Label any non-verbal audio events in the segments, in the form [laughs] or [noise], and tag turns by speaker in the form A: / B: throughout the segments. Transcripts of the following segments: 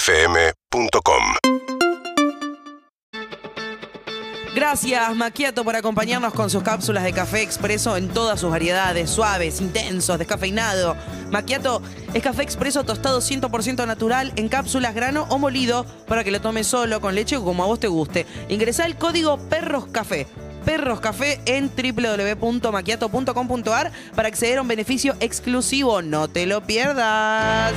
A: UrbanaPlayFM.com
B: Gracias, Maquiato, por acompañarnos con sus cápsulas de café expreso en todas sus variedades, suaves, intensos, descafeinado. Maquiato es café expreso tostado 100% natural en cápsulas grano o molido para que lo tomes solo, con leche o como a vos te guste. Ingresá el código PERROSCAFÉ. Perros Café en www.maquiato.com.ar para acceder a un beneficio exclusivo. No te lo pierdas.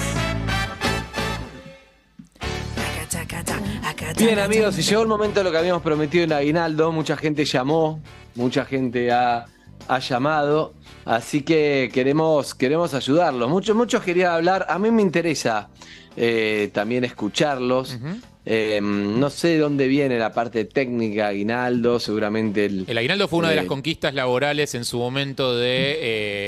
C: Bien amigos, y llegó el momento de lo que habíamos prometido en Aguinaldo. Mucha gente llamó, mucha gente ha, ha llamado, así que queremos, queremos ayudarlos. Muchos, muchos querían hablar. A mí me interesa eh, también escucharlos. Eh, no sé de dónde viene la parte técnica Aguinaldo, seguramente el...
D: El aguinaldo fue una de las
C: Eh.
D: conquistas laborales en su momento del de,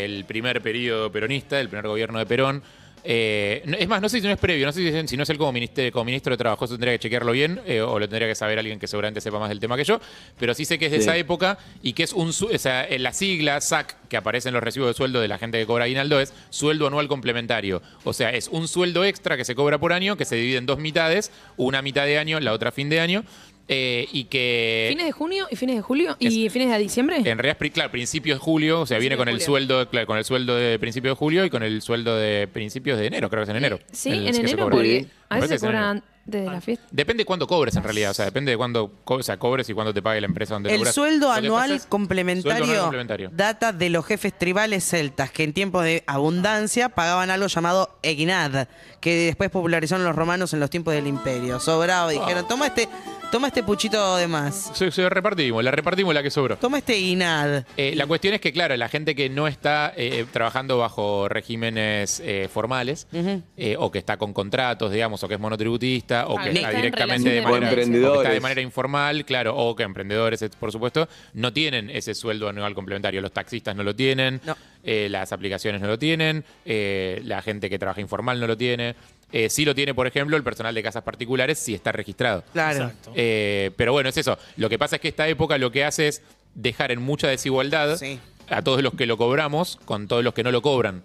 D: eh, el primer periodo peronista, del primer gobierno de Perón. Eh, no- es más, no sé si no es previo, no sé si, es- si no es él como ministro, como ministro de Trabajo, eso tendría que chequearlo bien eh, o lo tendría que saber alguien que seguramente sepa más del tema que yo, pero sí sé que es de
C: Sí.
D: esa época y que es un... su- o sea, en la sigla SAC que aparece en los recibos de sueldo de la gente que cobra aguinaldo es sueldo anual complementario. O sea, es un sueldo extra que se cobra por año que se divide en dos mitades, una mitad de año, la otra fin de año. eh, y que
E: ¿Fines de junio y fines de julio? ¿Y fines de diciembre?
D: en realidad, pri- claro, principio de julio, o sea, viene
E: Principio
D: con
E: de
D: el
E: julio.
D: sueldo, claro, con el sueldo de principio de julio y con el sueldo de principios de enero, creo que es en enero.
E: Eh, sí,
D: el
E: en
D: que se
E: enero,
D: cobra.
E: porque
D: Me
E: a
D: parece que
E: veces
D: es
E: se
D: en
E: cobran
D: enero.
E: desde la fiesta.
D: Depende de cuándo cobres en realidad, o sea, depende de cuándo co- o sea, cobres y cuándo te pague la empresa donde
B: El
D: laburás.
B: sueldo
D: Lo que
B: anual,
D: pasa es-
B: complementario
D: sueldo anual complementario.
B: data de los jefes tribales celtas que en tiempos de abundancia pagaban algo llamado eguinad, que después popularizaron los romanos en los tiempos del imperio.
D: Ah.
B: Sobraba, dijeron, toma este, toma este puchito de más,
D: Se, se repartimos, la repartimos la que sobró.
B: toma este eguinad.
D: Eh, la cuestión es que, claro, la gente que no está eh, trabajando bajo regímenes eh, formales, eh, o que está con contratos, digamos, o que es monotributista, o
E: Ah,
D: que
E: que
D: está
E: está en
D: directamente de
E: relación de
D: manera,
C: dependencia.
D: o que está de
C: Emprendedores.
D: manera informal, claro, o que emprendedores, et- por supuesto, no tienen ese sueldo anual complementario. Los taxistas no lo tienen,
B: No.
D: eh, las aplicaciones no lo tienen, eh, la gente que trabaja informal no lo tiene. Eh, sí lo tiene, por ejemplo, el personal de casas particulares si está registrado.
B: Claro.
D: Eh, pero bueno, es eso. Lo que pasa es que esta época lo que hace es dejar en mucha desigualdad
B: Sí.
D: a todos los que lo cobramos con todos los que no lo cobran.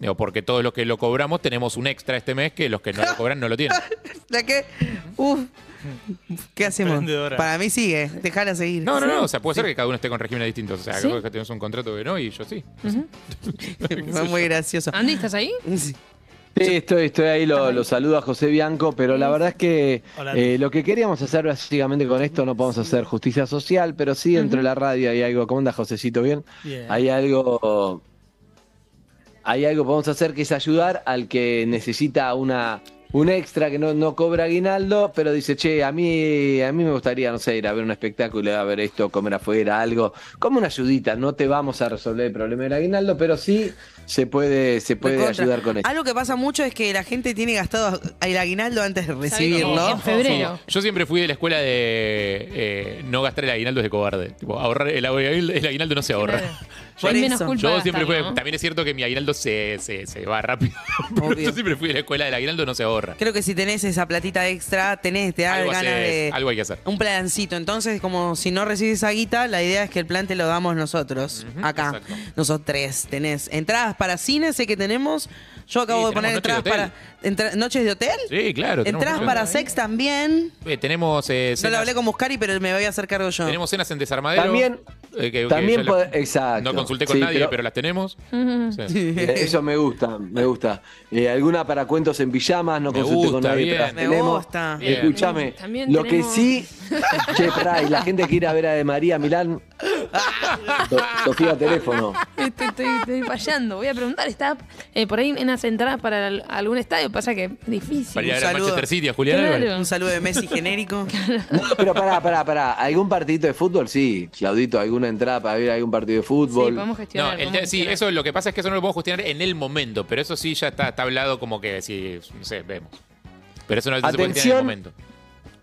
D: Digo, porque todos los que lo cobramos tenemos un extra este mes que los que no lo cobran no lo tienen.
B: La que, uf, ¿qué hacemos?
F: Emprendedora.
B: Para mí sigue, dejala seguir.
D: No, no, no. O sea, puede ser que cada uno esté con regímenes distintos. O sea,
E: Sí.
D: creo que tenemos un contrato que no y yo sí.
B: [laughs] Fue muy gracioso.
E: Andy, ¿estás ahí?
B: Sí.
C: Sí, estoy, estoy ahí, lo, lo saludo a José Bianco, pero la verdad es que
F: Hola.
C: eh, lo que queríamos hacer básicamente con esto no podemos hacer justicia social, pero sí dentro de la radio hay algo. ¿Cómo andas, Josecito? ¿Bien?
F: Bien.
C: Hay algo. Hay algo que podemos hacer que es ayudar al que necesita una. Un extra que no, no cobra aguinaldo, pero dice, che, a mí, a mí me gustaría, no sé, ir a ver un espectáculo, ir a ver esto, comer afuera, algo. Como una ayudita, no te vamos a resolver el problema del aguinaldo, pero sí se puede, se puede
B: Recontra.
C: ayudar con esto.
B: Algo que pasa mucho es que la gente tiene gastado el aguinaldo antes de
E: Sí,
B: recibirlo.
E: En febrero.
D: Yo siempre fui de la escuela de eh, no gastar el aguinaldo es de cobarde. Tipo, ahorrar el, agu- el aguinaldo no se ahorra. [laughs]
E: Claro. Hay
B: Yo-
E: menos
B: Yo
E: culpa.
D: Yo
E: de
D: siempre fui.
E: gastar, ¿no?
D: También es cierto que mi aguinaldo se, se, se va rápido. [laughs] pero
B: Obvio.
D: yo siempre fui de la escuela del aguinaldo no se ahorra.
B: Creo que si tenés esa platita extra, tenés, te da
D: Algo,
B: ganas
D: haces,
B: de.
D: algo hay que hacer.
B: Un plancito. Entonces, como si no recibís esa guita, la idea es que el plan te lo damos nosotros. acá.
D: exacto.
B: Nosotros tres. Tenés entradas para cine, sé que tenemos. Yo acabo
D: Sí,
B: de poner
D: tenemos noches
B: entradas
D: de
B: para. entra- ¿Noches de hotel?
D: Sí, claro. tenemos
B: entradas
D: mucho.
B: para sex también.
D: Eh, tenemos, eh,
B: No lo
D: cenas,
B: hablé con Muscari, pero me voy a hacer cargo yo.
D: tenemos cenas en Desarmadero.
C: También-
D: eh, que- que
C: También
D: yo la-
C: puede- exacto.
D: No consulté con
C: Sí,
D: nadie, pero,
C: pero-
D: las tenemos. Sí.
C: Eh, [laughs] Eso me gusta, me gusta. Eh, alguna para cuentos en pijamas, no
D: Me
C: consulté con
D: gusta,
C: nadie,
D: bien.
C: pero las
B: Me
C: tenemos.
B: gusta.
D: Bien.
C: Escúchame,
E: También
C: lo
E: tenemos-
C: que
E: [laughs]
C: sí, che, pará, y la gente que ir a ver a De María Milán, So- Sofía teléfono.
E: Estoy, estoy, estoy fallando. Voy a preguntar, ¿está eh, por ahí en las entradas para al- algún estadio? Pasa que es
D: Para
E: difícil.
D: ir a ver
B: Un
D: a
B: saludo.
D: Manchester City, a Julián
E: Claro.
D: Álvarez.
B: Un saludo de Messi genérico.
C: No, pero pará, pará, pará. ¿Algún partidito de fútbol? Sí, Claudito, ¿alguna entrada para ver algún partido de
E: Sí,
C: fútbol?
E: podemos gestionar.
D: No, eh, el
E: podemos
D: te- sí,
E: gestionar.
D: eso lo que pasa es que eso no lo podemos cuestionar en el momento, pero eso sí ya está, está hablado como que si, no sé, vemos. Pero eso no se puede cuestionar en el
C: Atención.
D: momento.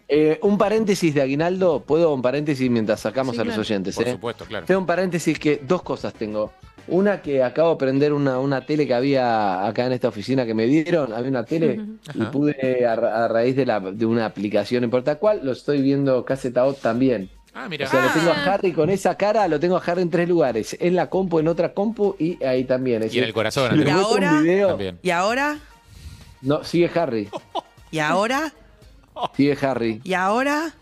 C: Eh, un paréntesis de Aguinaldo, ¿puedo un paréntesis mientras sacamos
E: Sí,
C: a los
E: claro.
C: oyentes?
D: Por
C: eh?
D: supuesto, claro.
C: Tengo un paréntesis que dos cosas tengo. Una que acabo de prender una, una tele que había acá en esta oficina que me dieron. Había una tele y
D: Ajá.
C: pude, a, ra- a raíz de, la, de una aplicación, no importa cuál, lo estoy viendo KZO también.
D: Ah, mira.
C: O sea, lo tengo a
E: Ah.
C: Harry con esa cara, lo tengo a Harry en tres lugares. En la compu, en otra compu y ahí también. Es
D: y en
C: decir,
D: el corazón.
C: le
B: Y
D: Andrés.
C: muestro un
B: ahora-
C: video.
D: También.
B: Y ahora,
C: No, sigue Harry.
B: ¿Y ahora?
C: Sigue Harry.
B: ¿Y ahora?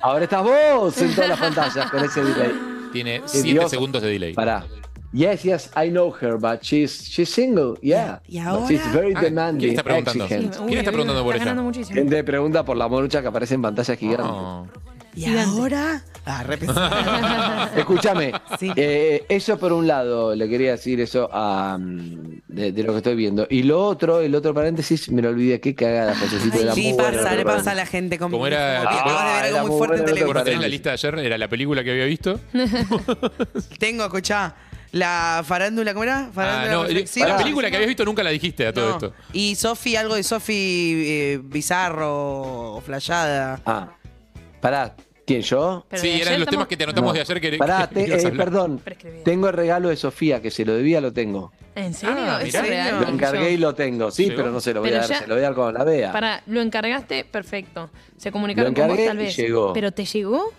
C: Ahora estás vos en todas las pantallas con ese delay.
D: Tiene 7
C: Dios.
D: segundos de delay.
C: Pará. Yes, yes, I know her, but she's, she's single, yeah.
B: ¿Y
C: But she's
B: ahora?
C: very
D: Ah,
C: demanding,
D: ¿Quién está preguntando?
E: Sí,
C: exigent.
D: ¿Quién
E: uy,
D: está
E: uy,
D: preguntando por
E: está
D: ella?
E: ganando muchísimo.
C: Gente pregunta por la morucha que aparece en pantalla gigante.
D: No.
B: ¿Y
E: Gigante.
B: ahora? Ah, re
E: [laughs]
B: pesado.
C: Escúchame,
B: Sí.
C: eh, eso por un lado, le quería decir eso a, mm, de, de lo que estoy viendo. Y lo otro, el otro paréntesis, me lo olvidé, qué cagada, Josecito, era
B: sí,
C: muy bueno,
B: pasa,
C: el
B: le
C: otro
B: pasa a la gente. Como,
D: Como era-
B: como que acabas de ver
C: Ah,
B: algo
C: era
B: muy
C: muy
B: fuerte en
C: bueno el otro
B: televisión.
D: ¿Corté la lista de ayer? ¿Era la película que había visto?
B: Tengo, escuchá, la farándula, ¿cómo era?
D: Ah,
B: Farándula
D: no.
B: reflexiva.
D: La película que habías visto nunca la dijiste a todo
B: No.
D: esto.
B: Y Sofi, algo de Sofi eh, bizarro, flayada.
C: Ah, pará, ¿quién, yo?
E: Pero
D: sí,
E: de
D: eran los
E: ayer
D: temas
E: estamos-
D: que te anotamos
C: No.
D: de ayer que
C: Pará,
D: que
C: te-
D: ibas a
C: eh,
D: hablar.
C: perdón,
E: Prescribido.
C: tengo el regalo de Sofía, que se lo debía, lo tengo.
E: ¿En serio?
D: Ah, mirá.
E: ¿Eso es real?
C: Lo encargué y lo tengo, sí,
D: ¿Llegó?
C: pero no se lo voy
E: Pero
C: a dar,
E: ya-
C: se lo voy a dar con la vea.
E: Para, lo encargaste, perfecto. Se comunicaron
C: Lo
E: con vos
C: encargué
E: tal
C: y
E: vez.
C: llegó.
E: ¿Pero te llegó?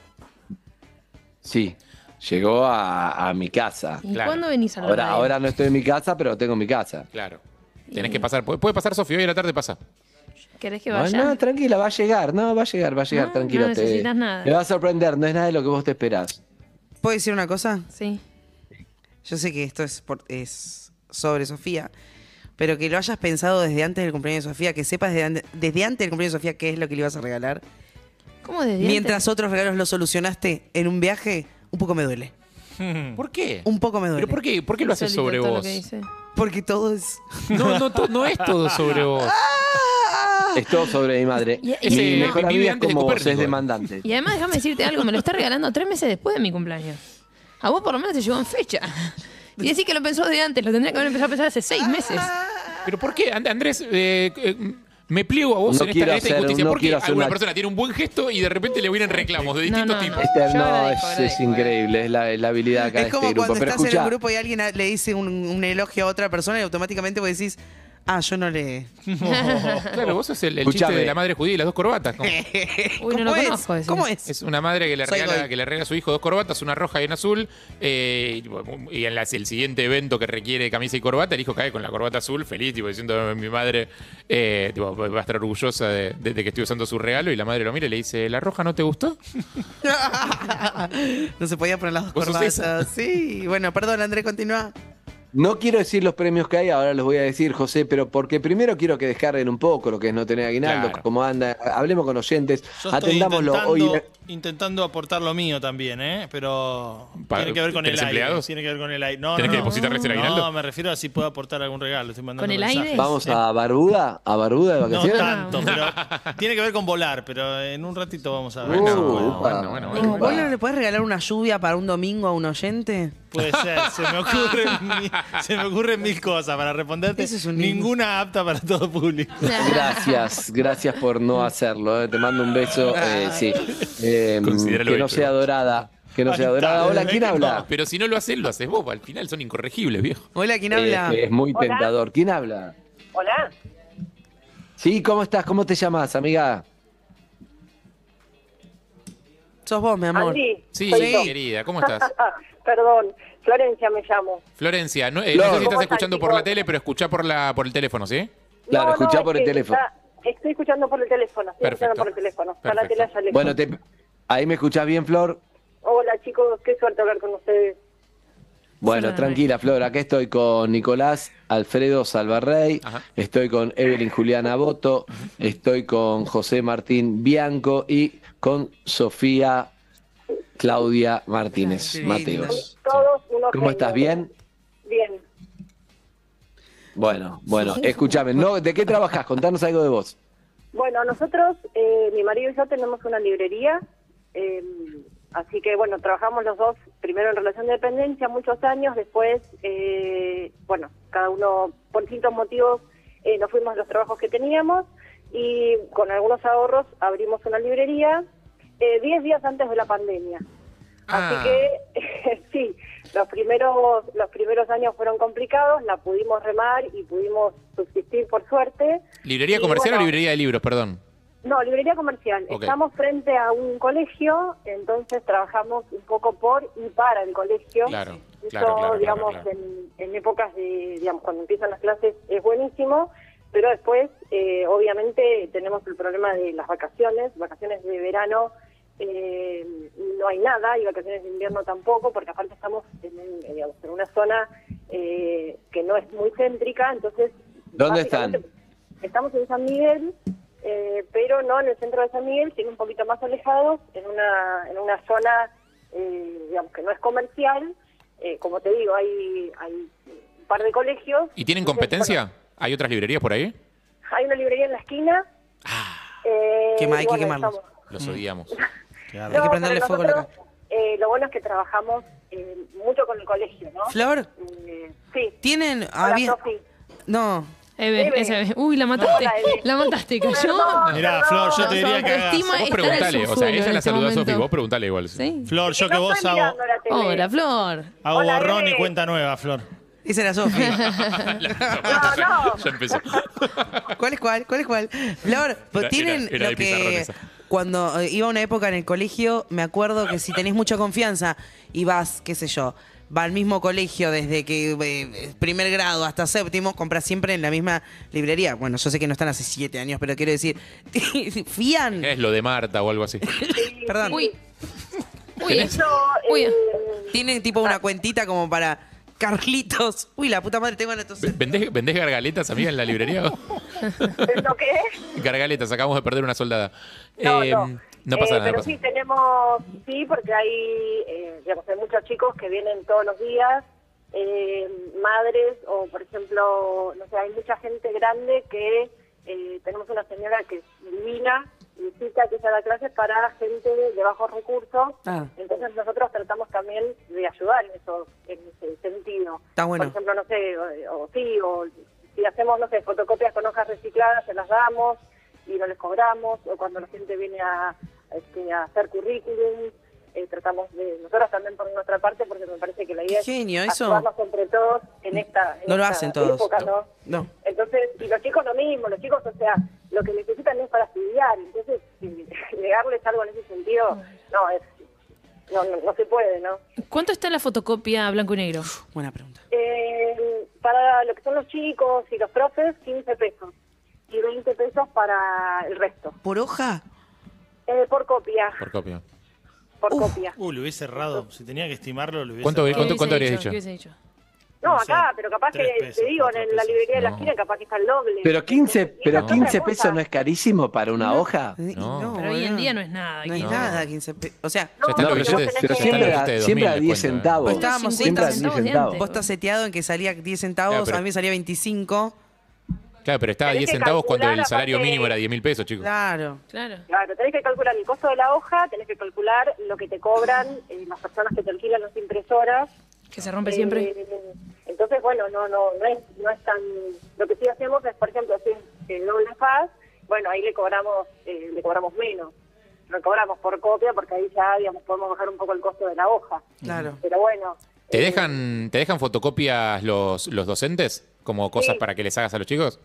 C: Sí, llegó a, a mi casa.
E: ¿Y
D: Claro.
E: cuándo venís a la
C: Ahora,
E: radio?
C: ahora no estoy en mi casa, pero tengo mi casa.
D: Claro. Tenés que pasar. Puede puede pasar, Sofía, hoy a la tarde pasa.
E: ¿Querés que
C: No,
E: vaya?
C: no, tranquila, va a llegar, no, va a llegar, va a llegar,
E: No,
C: tranquilo.
E: no
C: te-
E: necesitas nada.
C: Te va a sorprender, no es nada de lo que vos te esperás.
B: ¿Puedo decir una cosa?
E: sí.
B: Yo sé que esto es, por- es sobre Sofía, pero que lo hayas pensado desde antes del cumpleaños de Sofía, que sepas desde, ante- desde antes del cumpleaños de Sofía qué es lo que le ibas a regalar,
E: ¿Cómo desde antes?
B: mientras otros regalos los solucionaste en un viaje, un poco me duele.
D: [laughs] ¿Por qué?
B: Un poco me duele.
D: ¿Pero por qué, por qué lo haces
E: Insólito
D: sobre
E: todo lo
D: vos?
E: que dice.
B: Porque todo es...
D: No, no, to- no es todo sobre vos.
C: [laughs] Es todo sobre mi madre.
E: Y- y-
C: mi
E: Ese-
C: mejor
D: mi vida
C: amiga es
D: antes de
C: como vos, es
D: Copérnico.
E: [laughs]
C: demandante.
E: Y además, déjame decirte algo, me lo está regalando tres meses después de mi cumpleaños. A vos por lo menos te llegó en fecha. Y decir que lo pensó de antes, lo tendría que haber empezado a pensar hace seis meses.
D: ¿Pero por qué? And- Andrés, eh, eh, me pliego a vos
C: No
D: en esta,
C: quiero
D: en esta
C: hacer-
D: injusticia.
C: no
D: ¿Por qué
C: quiero hacer
D: alguna
C: una-
D: persona tiene un buen gesto y de repente le vienen reclamos de
E: No,
D: distintos
E: no, no.
D: tipos?
C: Este,
E: Yo
C: no,
E: agradezco,
C: es, es
E: agradezco,
C: increíble, es la, es la habilidad acá
B: Es
C: de
B: como
C: este grupo.
B: cuando
C: Pero
B: estás en
C: escucha,
B: un grupo y alguien a- le dice un, un elogio a otra persona y automáticamente vos decís, ah, yo no
F: [laughs]
B: le... [laughs]
D: Claro, vos sos el, el chiste
C: Escuchame.
D: de la madre judía y las dos
B: [laughs]
D: corbatas. ¿no?
E: Uy, no lo
B: es?
E: conozco ese.
B: ¿Cómo es?
D: Es una madre que le,
B: Soy
D: regala,
B: gay.
D: que le regala a su hijo dos corbatas, una roja y una azul. eh, y bueno, y en las- el siguiente evento que requiere camisa y corbata, el hijo cae con la corbata azul, feliz, tipo, diciendo mi madre eh, tipo, va a estar orgullosa de, de- de que estoy usando su regalo. Y la madre lo mira y le dice, ¿la roja no te gustó?
B: no se podía poner las dos
D: ¿Vos sos
B: corbatas. Sí, bueno, perdón, André, continúa.
C: No quiero decir los premios que hay, ahora los voy a decir, José, pero porque primero quiero que descarguen un poco lo que es no tener aguinaldo,
D: Claro.
C: cómo anda, hablemos con oyentes,
F: Yo estoy
C: atendámoslo.
F: intentando,
C: Hoy
F: intentando aportar lo mío también, ¿eh? Pero
D: Pa-
F: tiene que ver con el
D: ¿tenés
F: aire.
D: empleados?
F: Tiene que ver con el aire. No, no,
D: ¿Tenés que
F: no.
D: depositarles el aguinaldo?
F: No, me refiero a si puedo aportar algún regalo. Estoy mandando
E: ¿Con el
F: mensajes. Eh,
E: aire?
C: vamos a Barbuda, a Barbuda de
F: No
C: vacaciones.
F: tanto,
D: [laughs]
F: pero tiene que ver con volar, pero en un ratito vamos a ver.
C: Uh,
F: si puedo.
C: upa.
D: bueno, bueno,
B: No, ¿Vos no le podés regalar una lluvia para un domingo a un oyente?
F: Puede ser, se me, ocurren, mi- se me ocurren mil cosas para responderte.
B: Ese es un
F: Ninguna apta para todo público.
C: Gracias, gracias por no hacerlo. eh. Te mando un beso. eh, sí. Eh,
D: Considéralo
C: que no
D: hecho.
C: sea dorada. Que no
F: Ahí
C: sea dorada.
F: está,
C: Hola,
F: ¿ves
C: ¿quién
F: que
C: habla?
D: Pero si no lo haces, lo haces vos. Al final son incorregibles, viejo.
B: Hola, ¿quién
C: Eh,
B: habla?
C: es muy tentador. ¿Quién habla?
G: Hola,
C: Sí, ¿cómo estás? ¿Cómo te llamas, amiga?
B: Sos vos, mi amor.
G: Andy.
D: Sí,
G: soy yo.
D: querida, ¿cómo estás?
G: Ah, [laughs] perdón, Florencia me llamo.
D: Florencia, no, eh, no
C: Flor.
D: sé si estás
G: ¿Cómo
D: escuchando
G: estás,
D: por la
G: chicos?
D: tele, pero escuchá por, la, por el teléfono, ¿sí?
C: Claro, escuchá
G: es
C: por el
G: que
C: teléfono.
G: está- estoy escuchando por el teléfono, estoy
D: Perfecto.
G: escuchando por el teléfono. Para la
D: Perfecto.
G: tele ya le-
C: Bueno, te- ahí me escuchás bien, Flor.
G: Hola chicos, qué suerte hablar con ustedes.
C: Bueno,
E: Perdóname.
C: tranquila, Flor. Acá estoy con Nicolás Alfredo Salvarrey,
D: Ajá.
C: estoy con Evelyn Juliana Boto, estoy con José Martín Bianco y con Sofía Claudia Martínez
B: Qué lindo.
C: Mateos.
G: Todos unos
C: ¿Cómo estás?
G: genios.
C: ¿Bien?
G: Bien.
C: Bueno, bueno, escúchame. No, ¿De qué trabajás? Contanos algo de vos.
G: Bueno, nosotros, eh, mi marido y yo tenemos una librería, eh, así que bueno, trabajamos los dos primero en relación de dependencia muchos años, después, eh, bueno, cada uno por distintos motivos eh, nos fuimos de los trabajos que teníamos y con algunos ahorros abrimos una librería eh, 10 días antes de la pandemia.
D: Ah.
G: Así que [laughs] sí, los primeros los primeros años fueron complicados, la pudimos remar y pudimos subsistir por suerte.
D: ¿Librería
G: Y,
D: comercial o
G: bueno,
D: librería de libros? Perdón.
G: no, librería comercial.
D: Ok.
G: Estamos frente a un colegio, entonces trabajamos un poco por y para el colegio.
D: Claro,
G: Eso,
D: claro, claro, claro,
G: digamos,
D: claro.
G: En, en épocas de, digamos, cuando empiezan las clases es buenísimo, Pero después, eh, obviamente, tenemos el problema de las vacaciones, vacaciones de verano. eh, no hay nada y vacaciones de invierno tampoco porque aparte estamos en, un- eh, digamos, en una zona eh, que no es muy céntrica entonces
C: ¿Dónde están?
G: básicamente, Estamos en San Miguel, eh, pero no en el centro de San Miguel, sino un poquito más alejados, en una, en una zona, eh, digamos, que no es comercial. Eh, como te digo, hay, hay un par de colegios.
D: ¿Y tienen
G: Entonces,
D: competencia? ¿Hay otras librerías por ahí?
G: bueno, hay una librería en la esquina. Eh,
B: Quema,
G: y
B: hay que quemarlos.
G: estamos-
D: Los odiamos.
F: Claro.
B: Hay que
G: No,
B: prenderle
G: pero
B: fuego a la
G: nosotros, eh, Lo bueno es que trabajamos eh, mucho con el colegio, ¿no?
B: Flor,
G: Eh, sí.
B: ¿tienen
G: Hola,
B: había-
G: Sofi.
B: No.
E: Eve,
G: Eve.
E: esa Eve. Uy, la mataste.
G: Hola, Eve.
E: La mataste, cayó.
G: Perdón,
F: Mirá,
G: perdón.
F: Flor, yo te
E: Su
F: diría que hagas.
D: Vos
E: autoestima está en el
D: preguntale, o sea,
E: subsuelo
D: ella
E: en
D: la
E: este
D: saluda a Sofi,
E: momento.
D: vos preguntale igual.
E: Sí.
F: Flor, yo
G: No
F: que vos
G: estoy
F: hago,
G: mirando la tele.
E: Hola, Flor.
F: hago
G: Hola,
F: borrón y
G: Eve.
F: cuenta nueva, Flor.
B: Esa
F: [laughs]
B: era Sofi.
D: Ya,
G: no.
D: ya empezó.
B: ¿Cuál es cuál? ¿Cuál es cuál? Flor, pues
D: Era-
B: tienen
D: era- era
B: lo
D: de pizarrón
B: que
D: esa.
B: cuando eh, iba una época en el colegio, me acuerdo que si tenés mucha confianza y vas, qué sé yo, va al mismo colegio desde que eh, primer grado hasta séptimo, compras siempre en la misma librería. Bueno, yo sé que no están hace siete años, pero quiero decir, fían.
D: Es lo de Marta o algo
G: [laughs]
D: así.
B: Perdón.
E: Uy. Uy,
D: ¿Tenés?
G: Yo, eh, Ah.
E: Uy.
B: Tienen tipo una cuentita como para Carlitos. Uy, la puta madre, tengo la tos.
D: V- ¿Vendés, vendés gargaletas, amiga, en la
G: [laughs]
D: librería?
G: ¿Lo que es?
D: gargaletas, acabamos de perder una soldada.
G: No,
D: Eh,
G: no.
D: no pasa
G: Eh,
D: nada.
G: Pero
D: pasa
G: sí
D: nada.
G: tenemos, sí, porque hay, eh, digamos, hay muchos chicos que vienen todos los días, eh, madres o, por ejemplo, no sé, hay mucha gente grande que eh, tenemos una señora que es divina, visita que ella da clases para gente de bajos recursos.
B: Ah.
G: Entonces nosotros tratamos también de ayudar en eso, en ese sentido.
B: Está Ah, bueno.
G: Por ejemplo, no sé, o, o sí, o si hacemos, no sé, fotocopias con hojas recicladas, se las damos y no les cobramos, o cuando la gente viene a, este, a hacer currículum, eh, tratamos de, nosotros también por nuestra parte, porque me parece que la idea
B: Qué genio,
G: es
B: eso.
G: ayudarnos entre todos en esta, en
B: No lo
G: esta
B: hacen todos,
G: época,
B: no.
G: ¿no?
B: No.
G: Entonces, y los chicos lo mismo, los chicos, o sea, lo que necesitan es para estudiar, entonces, si [laughs] negarles algo en ese sentido, no, es, no, no, no se puede, ¿no?
E: ¿Cuánto está la fotocopia blanco y negro?
B: Buena pregunta.
G: Eh, para lo que son los chicos y los profes, 15 pesos. Y 20 pesos para el resto.
B: ¿Por hoja?
G: Eh, por copia,
D: Por copia.
G: por copia.
F: Uh, lo hubiese errado. Si tenía que estimarlo, lo hubiese
D: ¿Cuánto-
F: errado.
D: cuánto-
E: ¿Qué
D: cuánto
E: hubiese
D: habrías
E: ¿Qué
D: dicho?
E: hubiese dicho?
G: No,
F: no sé,
G: acá, pero capaz
F: tres
G: que,
F: pesos,
G: te digo, en
F: cuatro
G: el- la
F: pesos.
G: librería de la
D: No.
G: esquina capaz que está el doble.
C: Pero 15, pero
D: No.
C: 15 pesos no es carísimo para una hoja.
B: Eh,
D: No.
E: Pero hoy en
B: boludo.
E: día no es nada.
B: No es
E: ¿quién?
B: nada, 15 pe- O sea,
G: No,
D: Ya están
C: No,
D: los
C: pero,
G: vos
D: billetes,
G: tenés
C: pero
G: que-
D: ya
C: siempre,
D: están los
C: a,
D: billetes de
C: siempre a
D: 2000
C: 10
D: de cuenta, ¿eh?
C: centavos.
B: Pues estábamos
C: siempre a 10
E: 50 centavos de
C: centavos.
E: antes.
B: Vos estás seteado en que salía 10
C: Ah,
B: centavos,
D: Claro, pero-
B: a mí me salía 25.
D: Claro, pero estaba a
G: Tenés
D: 10
G: que
D: centavos cuando el
G: calcular,
D: salario
G: aparte-
D: mínimo era 10 mil pesos, chicos.
B: Claro.
E: Claro.
G: Claro, tenés que calcular el costo de la hoja, tenés que calcular lo que te cobran eh, las personas que te alquilan las impresoras.
E: Que se rompe siempre.
G: Eh, entonces, bueno, no, no, no es, no es tan. Lo que sí hacemos es, por ejemplo, si es eh, doble faz, bueno, ahí le cobramos, eh, le cobramos menos. Lo cobramos por copia porque ahí ya, digamos, podemos bajar un poco el costo de la hoja.
B: Claro.
G: Pero bueno.
D: ¿Te
G: eh,
D: dejan, ¿te dejan fotocopias los, los docentes? ¿Como cosas
G: Sí.
D: para que les hagas a los chicos?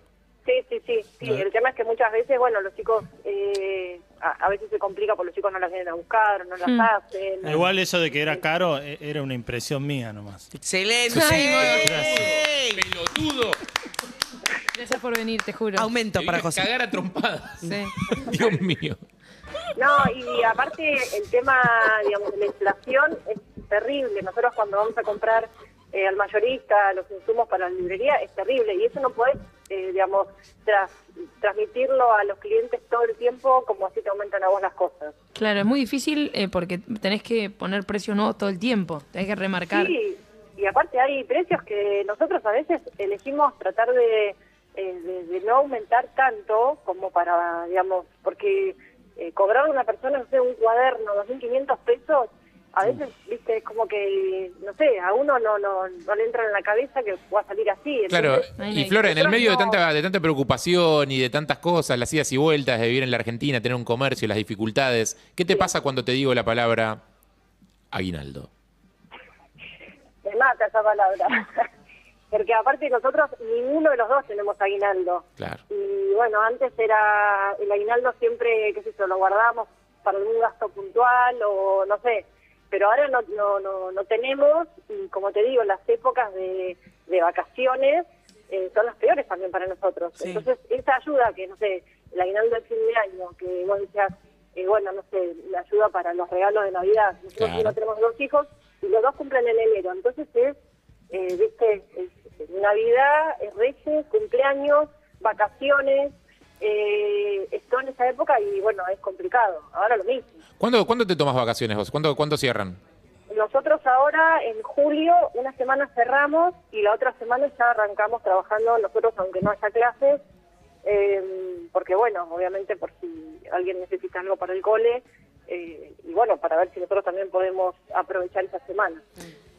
G: Sí, sí, sí. sí. El tema es que muchas veces, bueno, los chicos, eh, a, a veces se complica porque los chicos no las vienen a buscar, no las
E: Mm.
G: hacen.
F: Igual eso de que era caro eh, era una impresión mía nomás.
B: Excelente.
E: Ay,
B: Ey.
D: ¡Pelotudo!
E: Gracias por venir, te juro.
B: Aumento para José.
D: a trompadas.
E: Sí.
D: [laughs] Dios mío.
G: No, y aparte el tema, digamos, de la inflación es terrible. Nosotros cuando vamos a comprar eh, al mayorista los insumos para la librería es terrible y eso no puedes, eh, digamos, tras- transmitirlo a los clientes todo el tiempo como así te aumentan a vos las cosas.
E: Claro, es muy difícil eh, porque tenés que poner precios nuevos todo el tiempo. Tenés que remarcar.
G: Sí, y aparte hay precios que nosotros a veces elegimos tratar de, eh, de- de no aumentar tanto como para, digamos, porque eh, cobrar a una persona, no sé, un cuaderno, 2.500 pesos, a veces, viste, es como que, no sé, a uno no, no, no le entra en la cabeza que va a salir así.
D: Claro,
G: entonces-
E: Ay,
D: y
E: no,
D: Flora, en el
G: nosotros
D: medio de
G: no.
D: tanta, de tanta preocupación y de tantas cosas, las idas y vueltas de vivir en la Argentina, tener un comercio, las dificultades, ¿qué te pasa cuando te digo la palabra aguinaldo?
G: Me mata esa palabra. [laughs] Porque aparte nosotros, ninguno de los dos tenemos aguinaldo.
D: Claro.
G: Y bueno, antes era el aguinaldo siempre, qué sé yo, lo guardábamos para algún gasto puntual o no sé. Pero ahora no, no, no, no tenemos, y como te digo, las épocas de, de vacaciones eh, son las peores también para nosotros.
B: Sí.
G: Entonces, esa ayuda que, no sé, el aguinaldo del fin de año, que vos decías, eh, bueno, no sé, la ayuda para los regalos de Navidad, nosotros
D: Claro.
G: no tenemos dos hijos y los dos cumplen en enero, entonces es, eh, viste, es Navidad, es Reyes, cumpleaños, vacaciones, eh, es todo en esa época y bueno, es complicado, ahora lo mismo.
D: ¿Cuándo, cuándo te tomas vacaciones vos? ¿Cuándo, cuándo cierran?
G: Nosotros ahora en julio, una semana cerramos y la otra semana ya arrancamos trabajando nosotros, aunque no haya clases, eh, porque bueno, obviamente por si alguien necesita algo para el cole, eh, y bueno, para ver si nosotros también podemos aprovechar esa semana.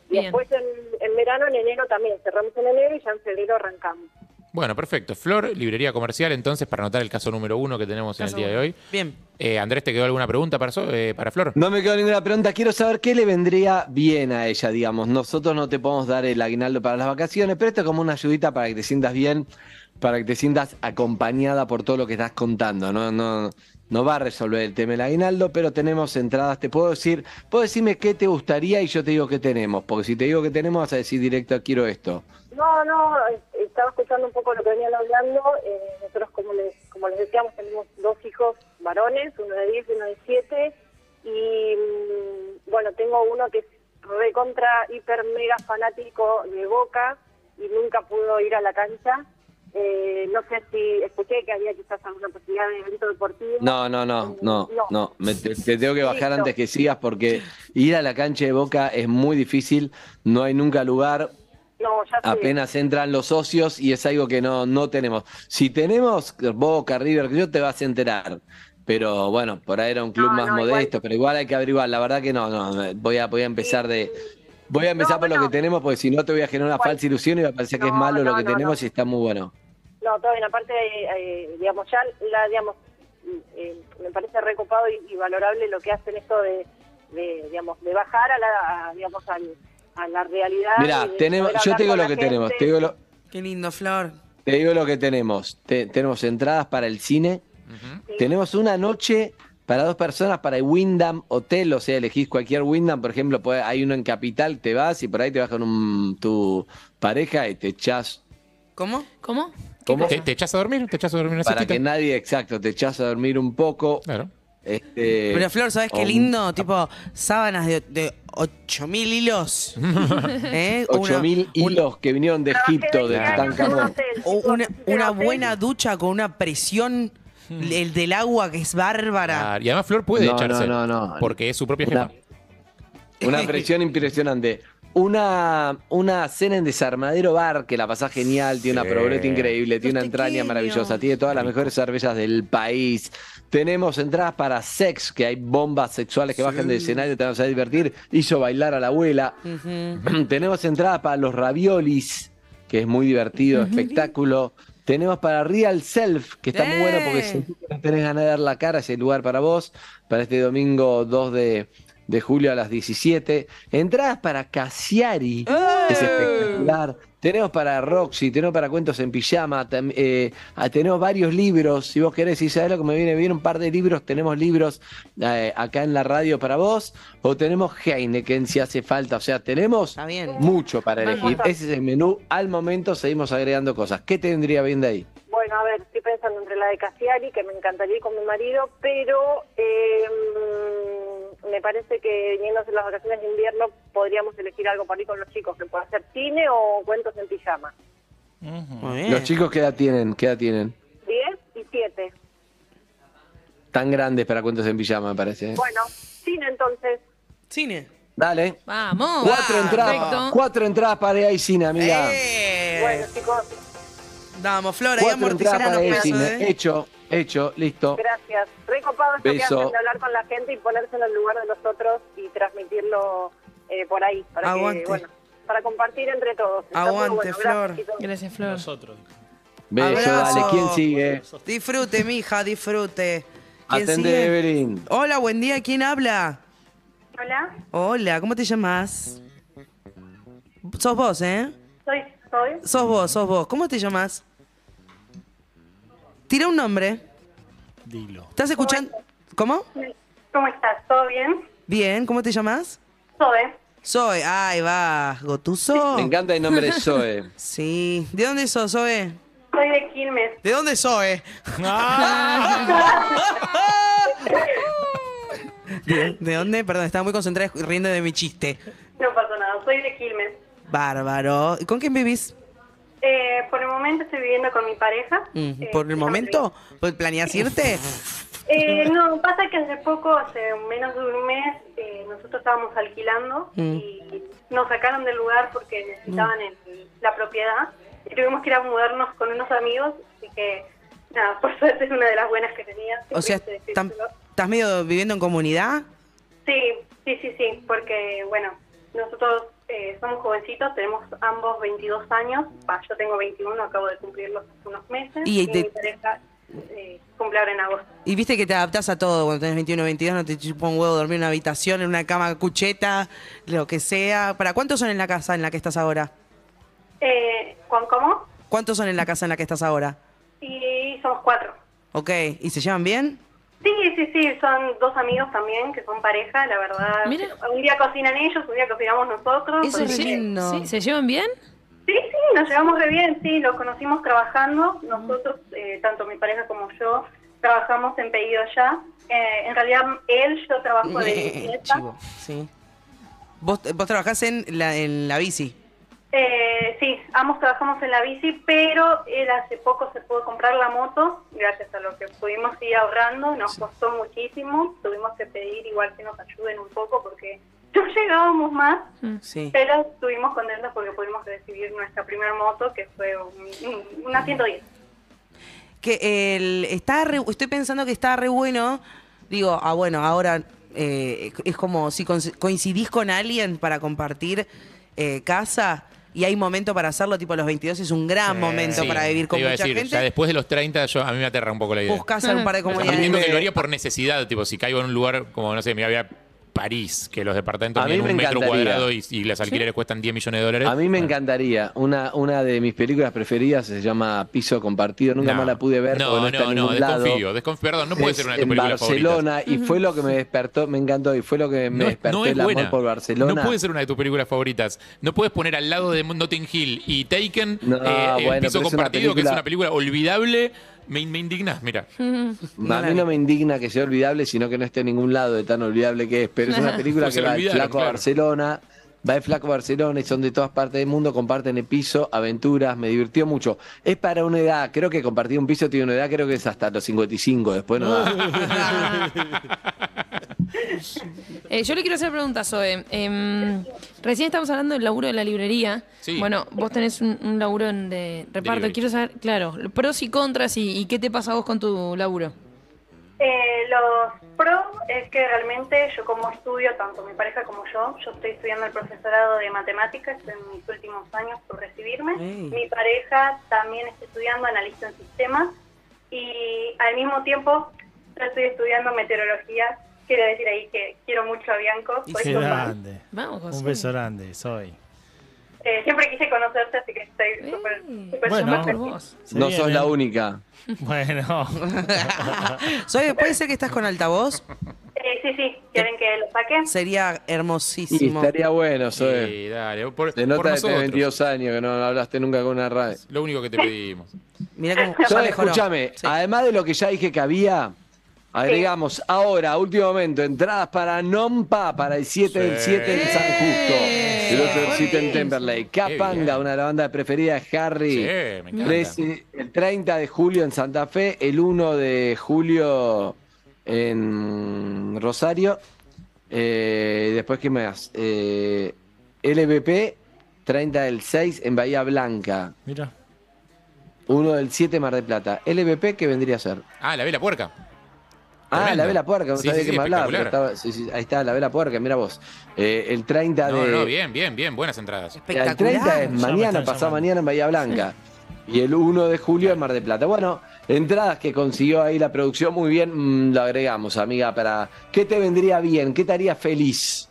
G: Y
E: Bien.
G: después en, en verano, en enero también, cerramos en enero y ya en febrero arrancamos.
D: Bueno, perfecto. Flor, librería comercial, entonces, para anotar el caso número uno que tenemos en el día de hoy.
B: Bien.
D: Eh, Andrés, ¿te quedó alguna pregunta para, So- eh, para Flor?
C: No me quedó ninguna pregunta. Quiero saber qué le vendría bien a ella, digamos. Nosotros no te podemos dar el aguinaldo para las vacaciones, pero esto es como una ayudita para que te sientas bien, para que te sientas acompañada por todo lo que estás contando. No, no, no va a resolver el tema del aguinaldo, pero tenemos entradas. Te puedo decir, puedo decirme qué te gustaría y yo te digo qué tenemos, porque si te digo que tenemos vas a decir directo quiero esto.
G: No, no, eh, estaba escuchando un poco lo que venían hablando. eh, nosotros, como les, como les decíamos, tenemos dos hijos varones, uno de 10 y uno de 7. Y mm, bueno, tengo uno que es recontra, hiper, mega fanático de Boca y nunca pudo ir a la cancha. Eh, no sé si escuché que había quizás alguna posibilidad de evento deportivo.
C: No, no, no, no,
G: No.
C: no. Me- te, te tengo que bajar
G: Listo.
C: antes que sigas porque ir a la cancha de Boca es muy difícil, no hay nunca lugar.
G: No, ya sé.
C: apenas entran los socios y es algo que no, no tenemos. Si tenemos Boca, River, yo te vas a enterar. Pero bueno, por ahí era un club
G: No,
C: más
G: no,
C: modesto,
G: igual.
C: pero igual hay que averiguar. La verdad que no, no, voy a, voy a empezar de... Voy a empezar
G: No,
C: por lo
G: bueno.
C: que tenemos, porque si no te voy a generar una
G: Igual.
C: falsa ilusión y va a parecer que es
G: No,
C: malo lo
G: no,
C: que
G: no,
C: tenemos y
G: no.
C: está muy bueno.
G: No, todo bien. Aparte, eh, eh, digamos, ya la, digamos, eh, me parece recopado y, y valorable lo que hacen esto de, de, digamos, de bajar a la, a, digamos, al- a la realidad.
C: Mirá,
G: y de
C: tenemos,
G: poder
C: yo
G: hablar
C: te digo
G: con
C: lo
G: la
C: que tenemos,
G: gente.
C: te digo lo,
B: Qué lindo, Flor.
C: te digo lo que tenemos. Te- tenemos entradas para el cine,
D: Ujú.
G: Sí.
C: Tenemos una noche para dos personas para el Wyndham Hotel, o sea, elegís cualquier Wyndham, por ejemplo, puede- hay uno en Capital, te vas y por ahí te vas con un- tu pareja y te echás
B: ¿Cómo?
E: ¿Cómo?
C: ¿Cómo?
D: ¿Te, te echás a dormir? ¿Te echás a dormir una
C: para que
D: siestita?
C: nadie, exacto, te echás a dormir un poco.
D: Claro.
C: este,
B: Pero Flor, ¿sabes
C: o
B: qué
C: un-
B: lindo? [laughs] Tipo, sábanas de, de 8000
C: [laughs]
B: hilos. ¿Eh? Una-
C: 8000
B: un-
C: hilos que vinieron de
G: Trabajé
C: Egipto, de
G: 20 años en un
C: Tutankamón.
G: hotel,
B: o
G: chicos,
B: una,
G: en un
B: una
G: hotel.
B: buena ducha con una presión
C: Hmm.
B: el del agua que es bárbara.
D: Ah, y además Flor puede
C: No,
D: echarse.
C: no, no, no.
D: Porque es su propia
C: Una-
D: jefa.
C: Una presión impresionante. Una, una cena en desarmadero bar que la pasás genial, tiene
D: Sí.
C: una proboleta increíble, tiene una
B: Los
C: entraña
B: tequeños.
C: maravillosa, tiene todas las mejores cervezas del país. Tenemos entradas para sex, que hay bombas sexuales que bajan del escenario, te vas a divertir. Hizo bailar a la abuela.
B: Mm.
C: Tenemos entradas para los raviolis, que es muy divertido, espectáculo. Tenemos para Real Self, que está muy bueno porque
B: Eh.
C: sentí que no tenés ganas de dar la cara, es el lugar para vos, para este domingo 2 de, de julio a las 17. Entradas para Cassiari, que es espectacular. Tenemos para Roxy, tenemos para Cuentos en Pijama, tam- eh, ah, tenemos varios libros, si vos querés, si sabés lo que me viene bien, un par de libros, tenemos libros eh, acá en la radio para vos, o tenemos Heineken si hace falta, o sea, tenemos
B: Está bien.
C: mucho para
E: Vamos.
C: elegir. Ese es el menú. Al momento seguimos agregando cosas. ¿Qué tendría bien de ahí?
G: Bueno, a ver, estoy pensando entre la de Cassiari, que me encantaría ir con mi marido, pero eh, me parece que viniéndose las vacaciones de invierno podríamos elegir algo para ir con los chicos, que pueda ser cine o cuentos en pijama.
B: Muy bien.
C: Los chicos, ¿qué edad tienen? ¿Qué edad tienen?
G: 10 y 7.
C: Tan grandes para cuentos en pijama, me parece. ¿eh?
G: Bueno, cine entonces.
B: Cine.
C: Dale.
E: Vamos.
C: Cuatro
E: Perfecto.
C: entradas. Cuatro entradas para ir al cine, amiga.
B: ¡Eh!
G: Bueno, chicos,
B: Vamos, Flor, ahí
C: Cuatro entradas
B: amortizar
C: para ir
B: unos
C: al
B: pesos.
C: cine.
B: ¿eh?
C: Hecho, hecho, listo.
G: gracias. Recopado esto que
C: Beso.
G: hacen de hablar con la gente y ponerse en el lugar de los otros y transmitirlo eh, por ahí. Para
B: Aguante.
G: Que, bueno, para compartir entre todos. Está muy
B: Aguante,
G: bueno.
B: Flor.
G: Gracias, chicos.
E: Gracias, Flor.
F: Nosotros.
C: Beso,
B: Abrazo.
C: dale. ¿Quién sigue?
B: Disfrute, mija, disfrute. ¿Quién
C: Atende,
B: sigue?
C: Evelyn.
B: Hola, buen día. ¿Quién habla?
H: Hola,
B: Hola, ¿cómo te llamas? Sos vos, ¿eh?
H: soy, soy
B: Sos vos, sos vos. ¿Cómo te llamas? Tira un nombre.
F: Dilo.
B: ¿Estás escuchando? ¿Cómo?
H: ¿Cómo estás? ¿Todo bien?
B: Bien, ¿cómo te llamas?
H: Sobe.
B: Zoe, ahí va, Gotuso.
C: Me encanta el
B: [laughs]
C: nombre Zoe.
B: Sí. ¿De dónde sos, Zoe?
H: Soy de
B: [laughs]
H: Quilmes.
B: ¿De dónde sos, Zoe?
H: Ah.
B: [laughs] ¿De dónde? Perdón, estaba muy concentrada escu- riendo de mi chiste.
H: No pasó nada, soy de Quilmes.
B: Bárbaro. ¿Y ¿Con quién vivís?
H: Eh, por el momento estoy viviendo con mi pareja.
B: Mm,
H: Eh,
B: ¿Por el
H: estamos
B: momento? ¿Pues ¿Planeas irte?
H: bien. Eh, no, pasa que hace poco, hace menos de un mes, eh, nosotros estábamos alquilando
B: Mm.
H: y nos sacaron del lugar porque necesitaban el- la propiedad y tuvimos que ir a mudarnos con unos amigos, así que nada, [laughs] por suerte es una de las buenas que tenía.
B: O sea,
H: Siempre se-
B: ¿están- ¿estás medio viviendo en comunidad?
H: Sí, sí, sí, sí, porque bueno, nosotros eh, somos jovencitos, tenemos ambos 22 años, Va, yo tengo 21, acabo de cumplirlos hace unos meses,
B: Y
H: y,
B: de-
H: mi pareja eh, cumple ahora en agosto.
B: Y viste que te adaptás a todo cuando tenés 21, 22, no te chupa un huevo dormir en una habitación, en una cama cucheta, lo que sea. ¿Para cuántos son en la casa en la que estás ahora?
H: Eh, ¿Juan cómo?
B: ¿Cuántos son en la casa en la que estás ahora?
H: Y somos cuatro.
B: Ok, ¿y se llevan bien?
H: Sí, sí, sí, son dos amigos también que son pareja, la verdad.
E: Mira.
H: Un día cocinan ellos, un día cocinamos nosotros.
B: Eso es
H: porque-
E: ¿Sí?
B: lindo.
E: ¿Sí? ¿Se llevan bien?
H: Sí, sí, nos llevamos re bien, sí, los conocimos trabajando, nosotros, eh, tanto mi pareja como yo, trabajamos en pedido ya. Eh, en realidad, él, yo trabajo de bicicleta.
B: [laughs] Chivo, sí. Vos, vos trabajás en la, en la bici.
H: Eh, sí, ambos trabajamos en la bici, pero él hace poco se pudo comprar la moto, gracias a lo que pudimos ir ahorrando, nos costó muchísimo, tuvimos que pedir igual que nos ayuden un poco porque no llegábamos más.
B: Sí.
H: Pero estuvimos contentos porque pudimos recibir nuestra primera moto, que fue un- un- una 110.
B: Que el, está re- estoy pensando que está re bueno. Digo, ah, bueno, ahora eh, es como si con- coincidís con alguien para compartir eh, casa y hay momento para hacerlo, tipo los 22 es un gran momento
D: Eh, Sí,
B: para vivir con
D: te iba a
B: mucha
D: decir,
B: gente. [laughs]
D: Ya después de los 30, yo, a mí me aterra un poco la idea.
B: Buscás a un par de
D: También entiendo que lo
B: comunidades.
D: haría por necesidad, tipo, si caigo en un lugar como, no sé, me había París, que los departamentos
C: A mí
D: miden
C: me
D: un metro
C: encantaría.
D: cuadrado y, y los alquileres cuestan 10 millones de dólares.
C: A mí me
D: Bueno.
C: encantaría. Una, una de mis películas preferidas se llama Piso Compartido. Nunca
D: No.
C: más la pude ver.
D: No,
C: porque no,
D: no,
C: está en
D: no,
C: ningún
D: desconfío.
C: lado.
D: desconf- Perdón, no puede
C: Es
D: ser una de tus
C: en
D: películas favoritas.
C: Barcelona y fue lo que me despertó, me encantó y fue lo que me
D: No, es-
C: despertó
D: no es
C: el amor
D: buena.
C: por Barcelona.
D: No puede ser una de tus películas favoritas. No puedes poner al lado de Notting Hill y Taken
C: No,
D: eh, el
C: bueno,
D: piso
C: pero es una
D: compartido, que es
C: película-
D: una película olvidable. Me, me indignás, mira.
B: No
C: a
B: la
C: mí no
B: vi.
C: me indigna que sea olvidable, sino que no esté en ningún lado de tan olvidable que es. Pero es una película
D: Pues
C: que
D: se
C: va
D: lo
C: de
D: olvidaron,
C: flaco a
D: claro.
C: Barcelona, va de flaco a Barcelona y son de todas partes del mundo, comparten el piso, aventuras, me divirtió mucho. Es para una edad, creo que compartir un piso tiene una edad, creo que es hasta los 55, después
D: Ah,
C: no da.
E: Eh, yo le quiero hacer preguntas, Zoe. Em, recién estamos hablando del laburo de la librería.
D: Sí.
E: Bueno, vos tenés un, un laburo en de reparto.
D: Delivery.
E: Quiero saber, claro, pros y contras y, y qué te pasa a vos con tu laburo.
H: Eh, los pro es que realmente yo como estudio, tanto mi pareja como yo, yo estoy estudiando el profesorado de matemáticas estoy en mis últimos años por recibirme.
B: Ey.
H: Mi pareja también está estudiando analista en sistemas y al mismo tiempo yo estoy estudiando meteorología. Quiero decir ahí que quiero mucho a Bianco. por
F: Qué
H: eso,
F: grande.
E: Vamos, José.
F: Un beso grande, soy.
H: eh, siempre quise conocerte, así que estoy
E: Eh,
H: súper... súper
E: Bueno,
H: contenta.
E: por vos.
F: Se
C: No
F: viene.
C: sos la única.
F: Bueno,
B: Zoe, ¿puede ser que estás con altavoz?
H: Eh, sí, sí, ¿quieren que lo saque?
B: Sería
C: Y
B: hermosísimo.
C: estaría bueno, Zoe.
D: Sí, dale. Por,
C: Se
D: por
C: nota que tenés
D: nosotros.
C: 22 años, que no hablaste nunca con una radio.
D: Lo único que te pedimos.
B: Mirá cómo ya
C: Zoe,
B: mejoró.
C: escúchame,
B: Sí.
C: además de lo que ya dije que había, agregamos ahora, último momento, entradas para Nompa para el 7 del
D: Sí.
C: 7 en San Justo.
B: Sí.
C: El 8 del 7 en
B: Sí.
C: Temperley. Capanga,
D: bien.
C: una de las bandas preferidas de Harry.
D: Sí, me encanta.
C: 13, el 30 de julio en Santa Fe, el 1 de julio en Rosario. Eh, después, ¿qué más? Eh, LBP, 30 del 6 en Bahía Blanca.
F: mira.
C: Uno del 7 Mar de Plata. LVP, ¿qué vendría a ser?
D: Ah, la vela puerca.
C: Ah,
D: Tremendo.
C: la vela puerca, no
D: Sí,
C: sabía
D: sí,
C: que
D: sí,
C: me hablaba. pero
D: espectacular.
C: estaba- sí, sí, ahí está, la vela puerca, mira vos. Eh, el 30
D: No,
C: de.
D: no, bien, bien, bien. Buenas entradas.
C: El
B: Espectacular.
C: 30 es
F: me están
C: mañana,
F: llamando.
C: pasado mañana en Bahía Blanca. Y el 1 de julio en Mar de Plata. Bueno, entradas que consiguió ahí la producción, muy bien, mm, lo agregamos, amiga, para. ¿Qué te vendría bien? ¿Qué te haría feliz?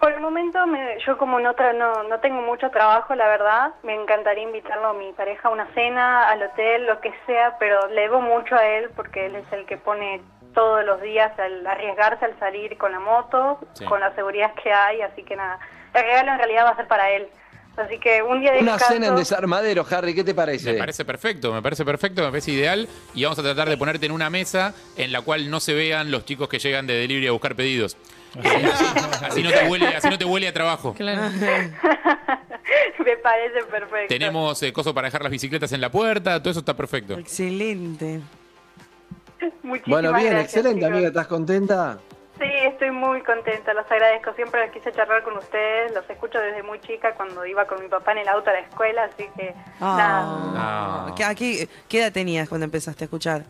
H: Por el momento, me- yo como no, tra- no, no tengo mucho trabajo, la verdad, me encantaría invitarlo a mi pareja a una cena, al hotel, lo que sea, pero le debo mucho a él porque él es el que pone todos los días al arriesgarse al salir con la moto,
D: Sí.
H: con la seguridad que hay, así que nada, el regalo en realidad va a ser para él. Así que un día de
C: Una
H: descanso,
C: cena en desarmadero, Harry, ¿qué te parece?
D: Me parece perfecto, me parece perfecto, me parece ideal. Y vamos a tratar de ponerte en una mesa en la cual no se vean los chicos que llegan de delivery a buscar pedidos. Así no te huele, así no te huele a trabajo.
E: Claro.
H: [laughs] me parece perfecto.
D: Tenemos eh, coso para dejar las bicicletas en la puerta, todo eso está perfecto.
B: Excelente.
H: Muchísimas
C: bueno, bien,
H: gracias,
C: excelente,
H: chicos.
C: amiga, ¿estás contenta?
H: Sí, estoy muy contenta, los agradezco. Siempre quise charlar con ustedes, los escucho desde muy chica cuando iba con mi papá en el auto a la escuela, así que nada.
B: Ah.
D: Ah.
B: ¿Qué, a qué- qué edad tenías cuando empezaste a escuchar?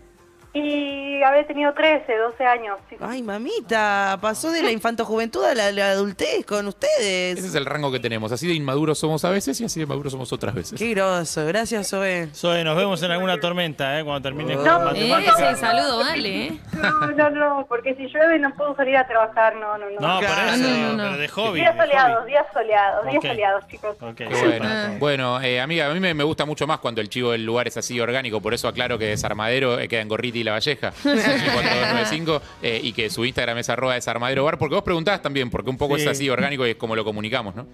H: Y haber tenido 13, 12 años. sí.
B: Ay, mamita, pasó de la infantojuventud a la, la adultez con
D: Ese
B: ustedes.
D: es el rango que tenemos. Así de inmaduros somos a veces y así de maduros somos otras veces.
B: Qué groso. Gracias, Zoe.
F: Zoe, nos vemos en alguna tormenta, ¿eh? Cuando termine con
H: No,
F: la
H: eh,
F: temática.
E: Ese [laughs] saludo, vale, ¿eh?
H: No, no, no, porque si llueve no puedo salir a trabajar, no, no, no.
F: No, por
B: Claro.
F: eso,
E: No, no,
F: digo,
E: no.
F: pero de hobby.
H: días
F: de
H: soleados,
F: hobby.
H: días soleados, días
F: Ok.
H: soleados, chicos.
F: Ok,
D: Qué
F: sí,
D: bueno,
E: Ah.
F: para todo.
D: Bueno, eh, amiga, a mí me, me gusta mucho más cuando el chivo del lugar es así orgánico, por eso aclaro que Desarmadero eh, queda en Gorriti y La [laughs] Valleja, 4295, eh, y que su Instagram es arroba desarmadero bar, porque vos preguntabas también, porque un poco
F: Sí.
D: es así orgánico y es como lo comunicamos, ¿no?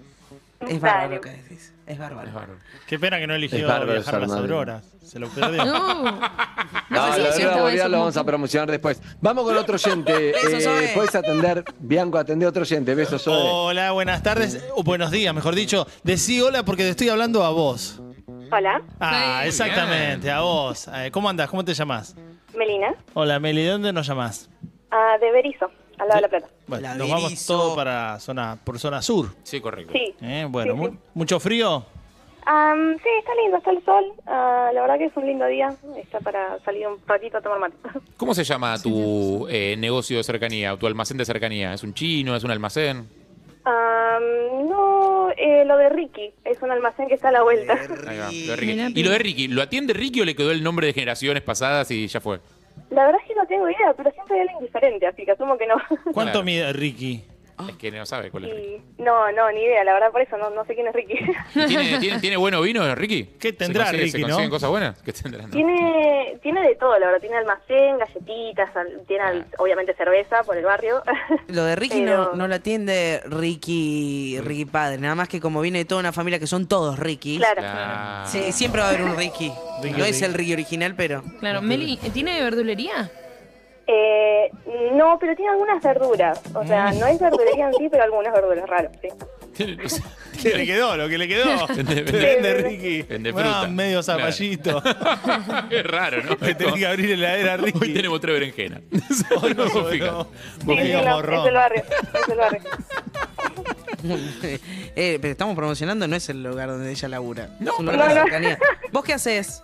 B: Es bárbaro
H: Dale.
B: lo que decís. Es bárbaro.
D: Es bárbaro.
F: Qué pena que no eligió
C: Es bárbaro
F: viajar a las
C: desarmar.
F: auroras. Se lo perdió.
E: No. No,
B: Ah,
C: No,
E: sé si
C: la
E: eso
C: verdad,
E: estaba eso
C: Boreal lo
E: como-
C: vamos a promocionar después. Vamos con otro oyente.
B: [laughs]
C: eh,
B: Besos, Zoe.
C: Puedes atender, Bianco, atendé a otro oyente. Besos, Zoe.
D: Oh.
F: Hola, buenas tardes, o buenos días, mejor dicho. Decí hola porque te estoy hablando a vos.
I: Hola,
F: Ah,
D: Sí,
F: exactamente, a vos. Eh, ¿Cómo andás? ¿Cómo te llamás?
I: Melina,
F: Hola, Meli, ¿de dónde nos llamás?
I: ah, de Berizo, al lado de La Plata.
F: Bueno,
B: La
F: nos vamos
B: Berizo.
F: todo para zona, por zona sur.
D: Sí, correcto.
I: Sí.
F: Eh, Bueno,
I: Sí,
F: mu-
I: sí.
F: ¿mucho frío?
I: Am, sí, está lindo, está el sol. Ah, la verdad que es un lindo día. Está para salir un ratito a tomar mate. [laughs]
D: ¿Cómo se llama tu eh, negocio de cercanía, tu almacén de cercanía? ¿Es un chino? ¿Es un almacén?
I: Am, no, eh, lo de Ricky, es un almacén que está a la vuelta.
D: Ahí va, lo de Ricky.
E: Mirá,
D: Y lo de Ricky, ¿lo atiende Ricky o le quedó el nombre de generaciones pasadas y ya fue?
I: La verdad es que no tengo idea, pero siempre hay alguien diferente, así que asumo que no. [laughs]
F: ¿Cuánto
D: Claro.
F: mide Ricky?
D: Es que no sabe cuál es Ricky.
I: Y no, no, ni idea, la verdad por eso no, no sé quién es Ricky.
D: ¿Tiene, tiene, tiene bueno vino, Ricky?
F: ¿Qué
D: ¿Se
F: tendrá
D: consigue-
F: Ricky,
D: ¿Se
F: no?
D: consiguen cosas buenas? ¿Qué tendrá? no?
I: [laughs] tiene, tiene de todo, la verdad, tiene almacén, galletitas, al- tiene al- obviamente cerveza por el barrio.
B: [laughs] Lo de Ricky no,
I: Pero-
B: no lo atiende Ricky, Ricky padre, nada más que como viene de toda una familia que son todos Ricky.
I: claro.
D: Claro.
B: Sí, siempre va a haber un Ricky.
F: Ricky,
B: no es
F: Ricky.
B: el Ricky original, pero.
E: Claro, Meli, ¿tiene verdulería?
I: Eh, no, pero tiene algunas verduras. O sea, no es verdulería en sí, pero algunas verduras raras, sí.
F: [laughs] ¿Qué le quedó? ¿Lo que le quedó?
D: [laughs] Vende-
F: Vende Ricky.
D: Vende
F: [laughs] Ah,
D: fruta.
F: medio zapallito.
D: [laughs] Es raro, ¿no?
F: Le tenés que abrir el heladera a Ricky.
D: Hoy tenemos tres berenjenas.
F: [laughs] Hoy no
D: Vos fijate.
F: sobró.
I: Sí,
F: Vos
I: sí,
F: fijate,
I: no,
F: morrón.
E: este
I: es el barrio, es el barrio.
B: [laughs] Eh, pero estamos promocionando, no es el lugar donde ella labura.
D: No,
B: es un
D: pero-
B: lugar
I: no,
B: de
I: no. [laughs]
B: cercanía. ¿Vos qué haces?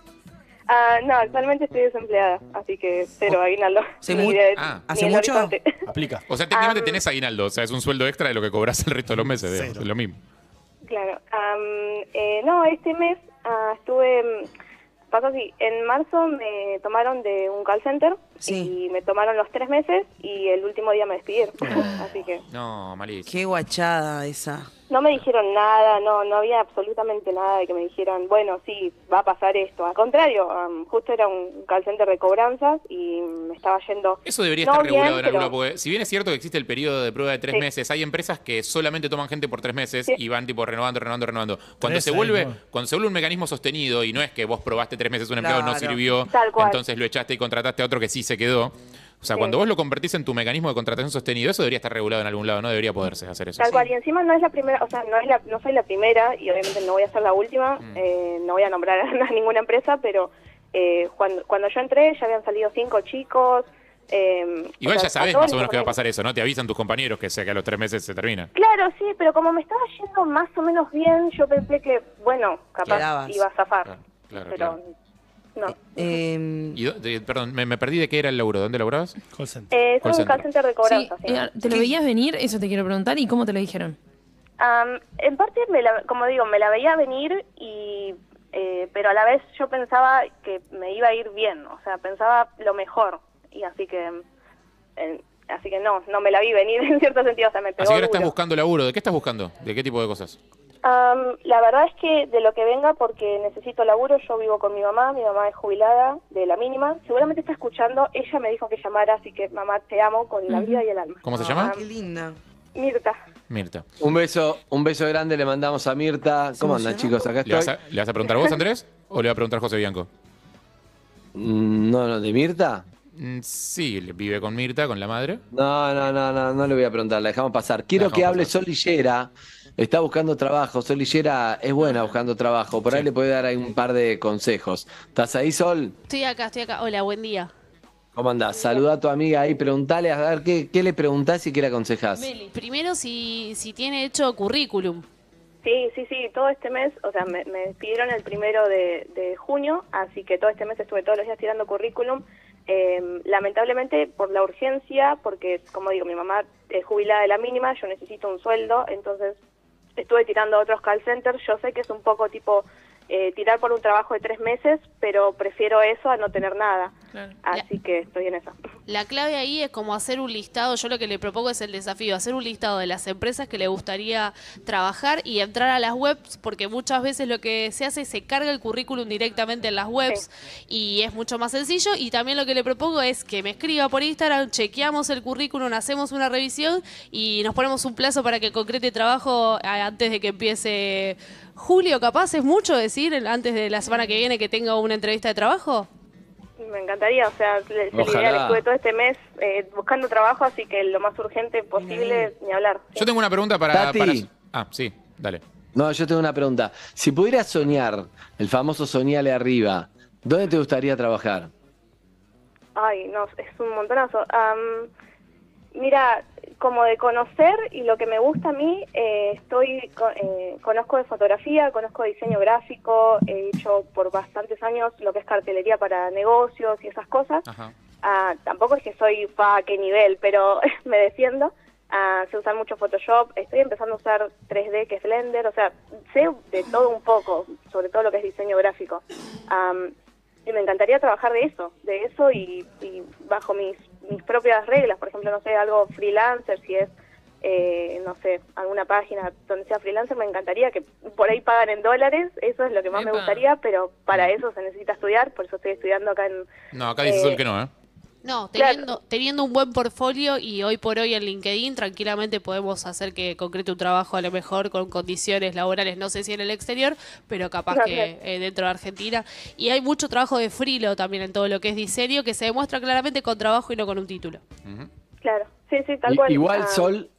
I: Ah, no, actualmente estoy desempleada, así que cero aguinaldo.
B: ¿Hace
I: Ni
B: mu-
I: idea de-
D: ah,
I: ni
B: ¿hace
I: el
B: mucho?
I: horizonte. [laughs]
F: Aplica.
D: O sea, técnicamente
I: Ah.
D: tenés aguinaldo. O sea, es un sueldo extra de lo que cobras el resto de los meses. digamos,
F: Cero.
D: Es lo mismo.
I: Claro. am, eh, no, este mes ah, estuve. mm, Pasó así: en marzo me tomaron de un call center
B: Sí.
I: y me tomaron los tres meses y el último día me despidieron. así que
D: No, malísimo.
B: Qué guachada esa.
I: no me dijeron nada, no no había absolutamente nada de que me dijeran, bueno, sí, va a pasar esto. Al contrario, am, justo era un call center de cobranzas y me estaba yendo.
D: Eso debería
I: no
D: estar
I: bien,
D: regulado en
I: pero-
D: alguna, porque si bien es cierto que existe el periodo de prueba de tres
I: Sí.
D: meses, hay empresas que solamente toman gente por tres meses y van tipo renovando, renovando, renovando. Cuando
F: Tres
D: se
F: ahí,
D: vuelve,
F: ¿no?
D: cuando se vuelve un mecanismo sostenido y no es que vos probaste tres meses un empleado no
B: Claro.
D: sirvió,
I: Tal cual.
D: entonces lo echaste y contrataste a otro que sí se quedó. O sea,
I: Sí.
D: cuando vos lo convertís en tu mecanismo de contratación sostenido, eso debería estar regulado en algún lado, no debería poderse hacer eso.
I: Tal cual, y encima no es la primera, o sea, no, es la, no soy la primera y obviamente no voy a ser la última,
D: Mm.
I: eh, no voy a nombrar a [laughs] ninguna empresa, pero eh, cuando, cuando yo entré ya habían salido cinco chicos. Eh,
D: Igual
I: o sea,
D: ya sabés
I: todos
D: más
I: les
D: o menos que va a
I: ponen-
D: pasar eso, ¿no? Te avisan tus compañeros que sea que a los tres meses se termina.
I: Claro, sí, pero como me estaba yendo más o menos bien, yo pensé que, bueno, capaz
B: Quedabas.
I: iba a zafar.
D: Claro, claro,
I: pero
D: claro.
I: no.
B: Eh,
D: Y do- de- perdón, me, me perdí de qué era el laburo. ¿Dónde laburabas?
F: Em, Call center.
I: Eh,
D: Call
I: soy un call
D: center.
I: center de cobranza,
E: Sí,
I: sí.
E: eh, ¿Te lo veías venir? Eso te quiero preguntar. ¿Y cómo te lo dijeron?
I: Am, en parte, me la- como digo, me la veía venir, y eh, pero a la vez yo pensaba que me iba a ir bien, o sea, pensaba lo mejor, y así que eh, así que no, no me la vi venir [laughs] en cierto sentido, o sea, me pegó
D: Así que ahora estás
I: duro.
D: buscando laburo. ¿De qué estás buscando? ¿De qué tipo de cosas?
I: Am, la verdad es que de lo que venga, porque necesito laburo, yo vivo con mi mamá, mi mamá es jubilada de la mínima. Seguramente está escuchando, ella me dijo que llamara, así que mamá, te amo con la vida y el alma.
D: ¿Cómo se llama?
E: Qué linda.
I: Mirta.
D: Mirta.
C: Un beso, un beso grande le mandamos a Mirta. ¿Cómo andan, chicos? Acá
D: ¿Le vas, a,
C: estoy.
D: le vas a preguntar [laughs] vos, Andrés? ¿O le va a preguntar José Bianco?
C: Mm, No, no, ¿de Mirta?
D: Mm, Sí, le- vive con Mirta, con la madre.
C: No, no, no, no, no le voy a preguntar, la dejamos pasar. Quiero
D: dejamos
C: que hable
D: pasar.
C: Sol Lillera. Está buscando trabajo. Sol Lillera es buena buscando trabajo. Por ahí
D: Ah. Sí.
C: le puede dar ahí un par de consejos. ¿Estás ahí, Sol?
J: Estoy acá, estoy acá. Hola, buen día.
C: ¿Cómo andás? Saluda a tu amiga ahí, preguntale a ver qué, qué le preguntás y qué le aconsejás.
J: Primero, si, si tiene hecho currículum.
I: Sí, sí, sí, todo este mes, o sea, me, me despidieron el primero de, de junio, así que todo este mes estuve todos los días tirando currículum. Eh, lamentablemente, por la urgencia, porque, como digo, mi mamá es jubilada de la mínima, yo necesito un sueldo, entonces estuve tirando a otros call centers. Yo sé que es un poco tipo eh, tirar por un trabajo de tres meses, pero prefiero eso a no tener nada. Así que estoy en eso. [laughs]
J: La clave ahí es como hacer un listado, yo lo que le propongo es el desafío, hacer un listado de las empresas que le gustaría trabajar y entrar a las webs, porque muchas veces lo que se hace es se carga el currículum directamente en las webs y es mucho más sencillo. Y también lo que le propongo es que me escriba por Instagram, chequeamos el currículum, hacemos una revisión y nos ponemos un plazo para que concrete trabajo a- antes de que empiece julio, capaz, es mucho decir, el- antes de la semana que viene que tenga una entrevista de trabajo.
I: Me encantaría, o sea, le- es el
C: Ojalá.
I: ideal. Estuve todo este mes eh, buscando trabajo, así que lo más urgente posible, ni hablar.
D: Yo tengo una pregunta para.
C: Tati.
D: para- Ah, sí, dale.
C: No, yo tengo una pregunta. Si pudieras soñar, el famoso soñale arriba, ¿dónde te gustaría trabajar?
I: Ay, no, es un montonazo. Am, mira, como de conocer y lo que me gusta a mí, eh, estoy co- eh, conozco de fotografía, conozco de diseño gráfico, he hecho por bastantes años lo que es cartelería para negocios y esas cosas.
D: Ajá.
I: Ah, tampoco es que soy pa qué nivel, pero [laughs] me defiendo. Ah, sé usar mucho Photoshop, estoy empezando a usar 3D, que es Blender, o sea, sé de todo un poco, sobre todo lo que es diseño gráfico. Am, y me encantaría trabajar de eso, de eso y, y bajo mis, mis propias reglas, por ejemplo, no sé, algo freelancer, si es, eh, no sé, alguna página donde sea freelancer, me encantaría que por ahí pagan en dólares, eso es lo que más me
F: Epa.
I: gustaría, pero para eso se necesita estudiar, por eso estoy estudiando acá en,
D: No, acá dice
I: Eh,
D: Sol que no, ¿eh?
J: No,
I: Claro.
J: teniendo, teniendo un buen portfolio y hoy por hoy en LinkedIn tranquilamente podemos hacer que concrete un trabajo a lo mejor con condiciones laborales, no sé si en el exterior, pero capaz
I: No,
J: que
I: claro.
J: eh, dentro de Argentina. Y hay mucho trabajo de frilo también en todo lo que es diseño que se demuestra claramente con trabajo y no con un título.
I: Claro, sí, sí, tal
C: I-
I: cual.
C: Igual
I: Ah,
C: Sol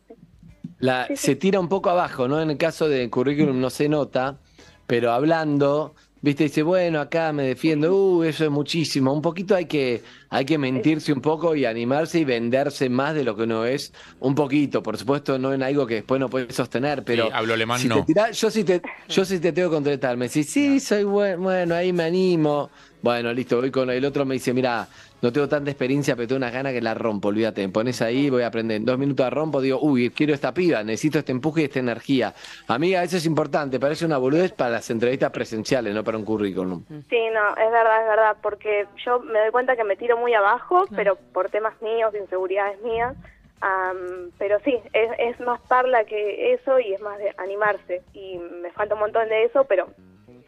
C: la, se tira un poco abajo, ¿no? En el caso de currículum no se nota, pero hablando, viste, dice, bueno, acá me defiendo, uh, eso es muchísimo. Un poquito hay que, hay que mentirse un poco y animarse y venderse más de lo que uno es, un poquito, por supuesto, no en algo que después no puedes sostener, pero
D: Sí, hablo alemán,
C: si te
D: no.
C: tirás- yo sí te, yo sí te tengo que contratar, me decís, sí, soy bueno, bueno, ahí me animo. Bueno, listo, voy con el otro, me dice, mira, no tengo tanta experiencia, pero tengo unas ganas que la rompo, olvídate, me pones ahí, voy a aprender. En dos minutos la rompo, digo, uy, quiero esta piba, necesito este empuje y esta energía. Amiga, eso es importante, parece una boludez para las entrevistas presenciales, no para un currículum.
I: Sí, no, es verdad, es verdad, porque yo me doy cuenta que me tiro muy abajo, pero por temas míos, de inseguridades mías. am, pero sí, es, es más parla que eso y es más de animarse. Y me falta un montón de eso, pero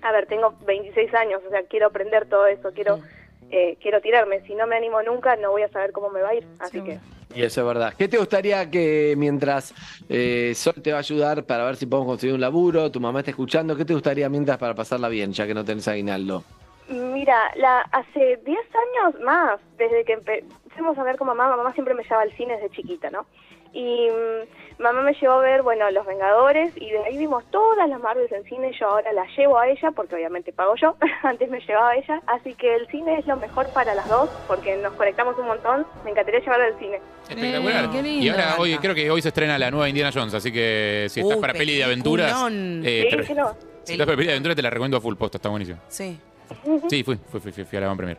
I: a ver, tengo 26 años, o sea, quiero aprender todo eso, quiero eh, quiero tirarme. Si no me animo nunca, no voy a saber cómo me va a ir. Así que.
C: Y eso es verdad. ¿Qué te gustaría que mientras eh, Sol te va a ayudar para ver si podemos conseguir un laburo, tu mamá está escuchando, qué te gustaría mientras para pasarla bien, ya que no tenés aguinaldo?
I: Mira, la, hace 10 años más, desde que empezamos a ver con mamá, mamá siempre me llevaba al cine desde chiquita, ¿no? Y mm, mamá me llevó a ver, bueno, Los Vengadores, y de ahí vimos todas las Marvels en cine, yo ahora las llevo a ella, porque obviamente pago yo, [laughs] antes me llevaba a ella, así que el cine es lo mejor para las dos, porque nos conectamos un montón, me encantaría llevarla al cine.
D: Espectacular.
F: Eh, qué lindo.
D: y ahora
E: Me
D: hoy
E: encanta.
D: creo que hoy se estrena la nueva Indiana Jones, así que si estás
E: Uy,
D: para peli de aventuras,
E: peliculón.
D: eh,
I: Sí,
D: te re-
I: sí, no.
D: si estás para peli de aventuras te la recomiendo a full posta, está buenísimo.
E: Sí.
D: Sí, fui, fui, fui, fui, fui a la van premier.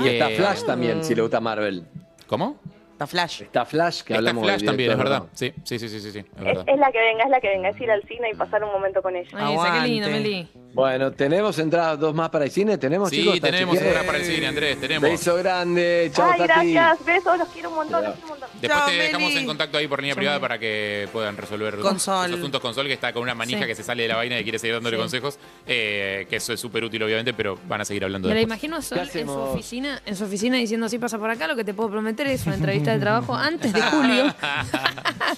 C: Y está
D: Eh,
C: Flash también, si le gusta Marvel.
D: ¿Cómo?
B: Está flash.
C: Está Flash, que
D: Está
C: hablamos
D: Flash
C: del
D: también, es
C: director,
D: verdad.
C: ¿no? Eh,
D: Sí, sí, sí, sí, sí, sí, es
H: Es,
D: verdad.
H: es la que venga, es la que venga. Es ir al cine y pasar un momento con ella.
E: Ay, esa, qué lindo,
B: Aguante.
E: Meli.
C: Bueno, tenemos entradas dos más para el cine, tenemos
D: Sí,
C: chicos. ¿Está Eh,
D: tenemos
C: chequeado?
D: entradas para el cine, Andrés, tenemos.
C: Beso grande, chao
H: Ay,
C: Tati.
H: gracias. Besos, los quiero un montón, los quiero un montón.
D: Después
B: Chao,
D: te dejamos
B: Meli.
D: en contacto ahí por línea privada para que puedan resolver
B: Con
D: los
B: Sol.
D: asuntos con Sol, que está con una manija
E: Sí.
D: que se sale de la vaina y quiere seguir dándole
E: Sí.
D: consejos, eh, que eso es súper útil obviamente, pero van a seguir hablando
E: Eh, Me la
D: de
E: imagino a Sol
C: ¿Qué
E: en su
C: hacemos?
E: oficina, en su oficina diciendo así pasa por acá, lo que te puedo prometer es una entrevista de trabajo antes de
D: [laughs]
E: julio.
D: [laughs]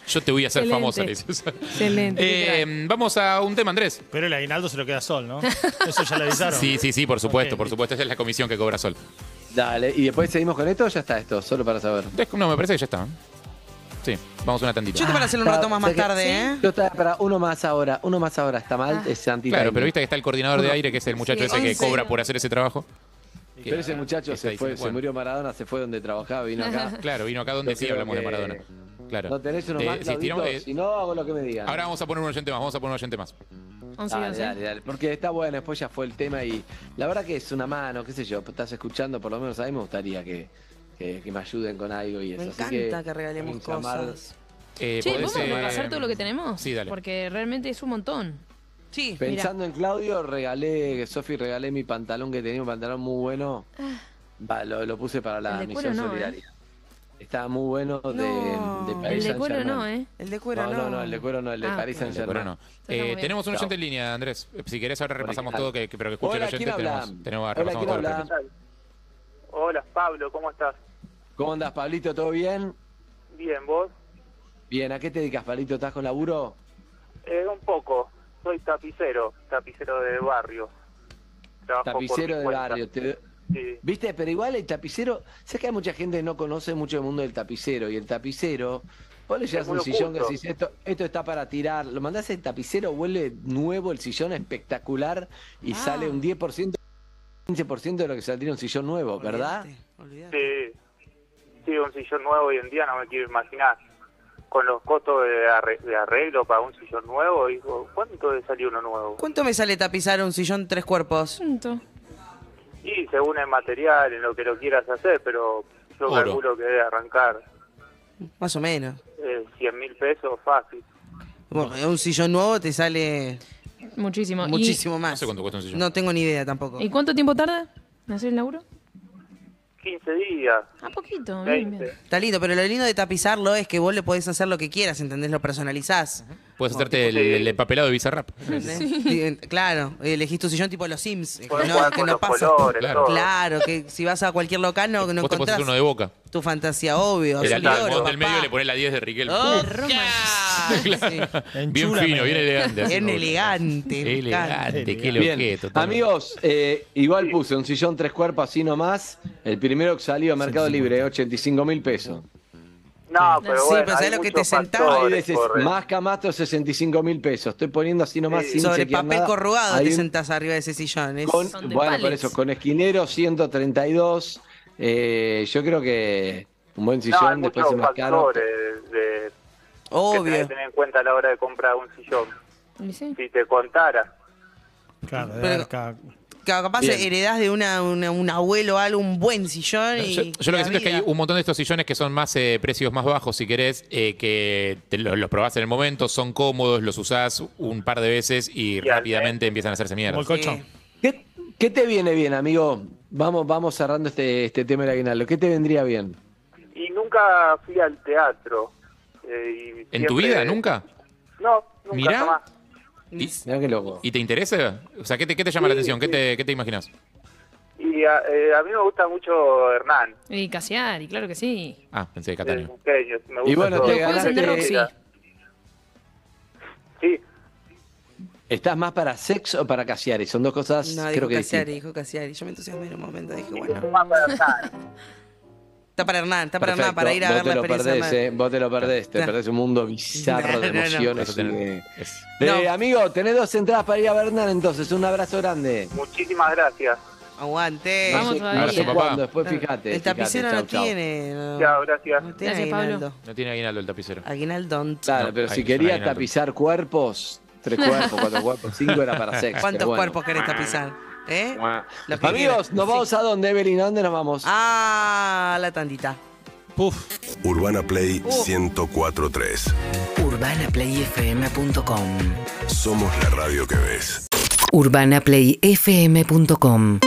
D: Yo te voy a hacer
E: Excelente.
D: famosa, le dice Sol.
E: Excelente.
D: Eh, vamos a un tema, Andrés.
F: Pero el aguinaldo se lo queda Sol, ¿no? Eso ya lo avisaron.
D: Sí, sí, sí, por supuesto,
F: Ok.
D: por supuesto, esa es la comisión que cobra Sol.
C: Dale, y después seguimos con esto, o ya está esto, solo para saber.
D: Entonces, No, me parece que ya está. Sí, vamos a una tandita.
B: Yo te para hacer un
C: Está-
B: rato más
C: sé
B: más
C: que-
B: tarde, ¿eh? Ah.
C: Yo estaba para uno más ahora, uno más ahora, está mal, es anti
D: Claro, pero viste que está el coordinador de aire, que es el muchacho
E: Sí,
D: ese que
E: once.
D: cobra por hacer ese trabajo.
C: Pero ese muchacho
D: Está
C: se fue,
D: diciendo,
C: se
D: bueno.
C: murió Maradona, se fue donde trabajaba, vino acá.
D: Claro, vino acá donde
C: Yo
D: sí
C: creo
D: hablamos de
C: que-
D: Maradona. Claro.
C: No tenés uno
D: Eh,
C: más,
D: sí,
C: Claudito?
D: tiramos, eh,
C: si no, hago lo que me digan.
D: Ahora vamos a poner un oyente más, vamos a poner un oyente más.
E: 11
C: Dale, dale, dale, porque está bueno, después ya fue el tema y la verdad que es una mano, qué sé yo, estás escuchando, por lo menos a mí me gustaría que, que, que me ayuden con algo y eso.
B: Me
C: Así
B: encanta que regalemos
C: un llamado.
B: cosas.
D: Eh,
E: Che,
D: podés,
E: ¿podemos
D: eh,
E: repasar todo lo que tenemos?
D: Sí, dale.
E: Porque realmente es un montón.
B: Sí.
C: Pensando en Claudio, regalé, Sofi, regalé mi pantalón que tenía un pantalón muy bueno. Va, lo, lo puse para la
E: Ah. El de
C: misión
E: cuero no, ¿eh?
C: solidaria. Estaba muy bueno de,
B: No.
C: de
B: El
C: Paris
E: El de cuero
C: Saint-Germain.
E: no, ¿eh?
B: El de cuero
C: no, no, no, el de cuero no, el de
E: Ah,
C: Paris
E: ok.
C: Saint Germain.
D: Bueno, no.
E: Está muy
D: Eh,
E: bien.
D: tenemos un
C: Chao.
D: oyente en línea, Andrés. Eh, Si querés, ahora repasamos
C: Hola,
D: todo, que, que- pero que escuche el
C: Hola,
D: oyente.
C: ¿quién habla?
D: Tenemos, tenemos,
C: Hola,
D: repasamos
C: ¿quién
D: todo lo que
C: habla?
D: tenemos.
K: Hola, Pablo, ¿cómo estás?
C: ¿Cómo andas, Pablito? ¿Todo bien?
K: Bien, ¿vos?
C: Bien, ¿a qué te dedicas, Pablito? ¿Estás con laburo?
K: Eh, un poco. Soy tapicero, tapicero de barrio. Trabajo por mi
C: Tapicero de
K: cuenta.
C: barrio. te-
K: Sí.
C: ¿Viste? Pero igual el tapicero, sé que hay mucha gente que no conoce mucho el mundo del tapicero y el tapicero, vos le llevas
K: muy
C: un sillón que
K: oculto.
C: decís, esto, esto está para tirar, lo mandás el tapicero, vuelve nuevo el sillón espectacular y sale un 10%, 15% de lo que saldría un sillón nuevo, ¿verdad?
K: sí. Sí, un sillón nuevo hoy en día, no me quiero imaginar. Con los costos de, arre- de arreglo para un sillón nuevo, digo, ¿cuánto debe salir uno nuevo?
B: ¿Cuánto me sale tapizar un sillón tres cuerpos?
E: Punto.
K: Y según el material, en lo que lo quieras hacer, pero yo
D: Oro.
K: calculo que debe arrancar
B: Más o menos.
K: eh, 100 mil pesos fácil.
B: Bueno, un sillón nuevo te sale
E: Muchísimo. ¿Y-
B: muchísimo más.
D: No sé cuánto cuesta un sillón.
B: No tengo ni idea tampoco.
E: ¿Y, cuánto tiempo tarda en hacer el laburo?
K: 15 días,
E: A poquito. bien,
K: 20.
E: bien.
B: Está lindo, pero lo lindo de tapizarlo es que vos le podés hacer lo que quieras, ¿entendés? Lo personalizás.
D: Puedes hacerte el, el empapelado de Bizarrap.
B: ¿entendés? [laughs] Bien, Claro, elegís tu sillón tipo los Sims, eh, que
K: Podés
B: no,
K: jugar
B: que
K: con
B: no
K: los
B: pasa.
K: colores,
D: Claro.
K: todo.
B: Claro, que si vas a cualquier local no, no
D: Vos te podés
B: encontrás
D: hacer uno de boca.
B: tu fantasía, obvio.
D: El,
B: azul y
D: al- [laughs]
B: oro,
D: vos del
B: papá.
D: medio le pones la 10 de Riquelme.
B: Oh,
D: Uh,
B: claro, [laughs] sí.
D: bien
F: Enchúlame.
D: fino, bien elegante. así
B: Bien
D: como-
B: elegante. me encanta.
D: Elegante, qué
C: Bien,
D: loqueto. todo.
C: amigos, eh, igual puse un sillón tres cuerpos así nomás, el primero que salió a Mercado Libre, 85 mil pesos.
K: No, pero
B: Sí,
K: bueno,
B: pero ¿sabés
K: hay
B: lo que
K: muchos
B: te sentás?
K: factores,
C: Hay veces
K: corre.
C: más camastro 65 mil pesos. Estoy poniendo así nomás sin
B: Sobre
C: chequear
B: papel
C: nada.
B: corrugado
C: Hay
B: te
C: un-
B: sentás arriba de ese sillón. es-
C: con-
E: Son de
C: bueno, por
E: pallets.
C: eso, con esquinero 132. eh, yo creo que un buen
K: No, hay
C: sillón después es
K: muchos
C: más caro.
K: factores de- que tenés
B: Obvio.
K: que tener en cuenta a la hora de comprar un sillón.
E: ¿Y sí?
K: Si te contara,
F: Claro, de
B: Pero-
F: arca.
B: Ca- Capaz
C: Bien.
B: heredás de una, una- un abuelo o algo, un buen sillón. Y
D: Yo, yo lo que
B: la
D: siento es que
B: vida.
D: hay un montón de estos sillones que son más eh, precios más bajos, si querés, eh, que te lo- los probás en el momento, son cómodos, los usás un par de veces y,
K: al
D: rápidamente empiezan a hacerse mierda.
F: Como el colchón.
C: ¿Qué, qué te viene bien, amigo? Vamos, vamos cerrando este, este tema del aguinaldo. ¿Qué te vendría bien?
K: y nunca fui al teatro. eh, y
D: ¿En tu
K: siempre-
D: vida? ¿Nunca?
K: No, nunca
D: Mirá.
K: jamás.
D: ¿Y,
C: Mirá qué loco.
D: y te interesa? O sea, ¿qué te, qué te llama la atención? ¿Qué te, qué te imaginas?
K: Y a, eh, a mí me gusta mucho Hernán,
E: Y Casiari, claro que sí.
D: Ah, pensé de
K: el
D: Cataño.
K: buqueño, me gusta
C: Y bueno,
K: todo.
C: te
E: Los jueves en The
C: ganaste-
E: Roxy.
K: Sí,
C: ¿Estás más para sexo o para casiari? Son dos cosas,
B: No,
C: creo
B: dijo
C: que
B: Casiari,
C: distintas.
B: dijo Casiari. Yo me entusiasmé en un momento, dije,
K: y
B: bueno.
K: un más para Hernán.
B: [laughs] Está para Hernán, está para Hernán,
C: Perfecto.
B: para ir a
C: vos
B: ver
C: te
B: la
C: lo
B: experiencia.
C: perdés, eh, Vos te lo perdés, te
B: No.
C: perdés un mundo
B: No,
C: bizarro de
B: no, no.
C: emociones. y de-
D: Es-
C: De,
B: No.
C: Amigo, tenés dos entradas para ir a Bernal, entonces un abrazo grande.
K: Muchísimas gracias.
B: Aguante.
E: Vamos
C: No sé-
E: todavía.
C: no sé
D: Abrazo, papá.
C: cuándo, después fíjate.
B: El tapicero
C: fíjate, chau,
B: no
C: chau.
B: tiene. No,
K: Chao, gracias.
B: no tiene
E: Gracias, Pablo.
B: aguinaldo.
D: No tiene aguinaldo el tapicero.
B: Aguinaldón.
C: Claro,
D: No,
C: pero
D: ahí
C: si
D: es
C: quería
D: una gran-
C: tapizar cuerpos, tres cuerpos,
B: [laughs]
C: cuatro cuerpos, cinco era para sexo.
B: ¿Cuántos
C: pero bueno.
B: cuerpos querés tapizar? ¿Eh? Lo que
C: Amigos,
B: quieras.
C: ¿nos vamos a dónde, Evelyn? ¿A dónde nos vamos?
B: Ah, la tandita.
A: Urbana Play 1043.
E: UrbanaPlayFM.com
A: Somos la radio que ves.
E: UrbanaPlayFM.com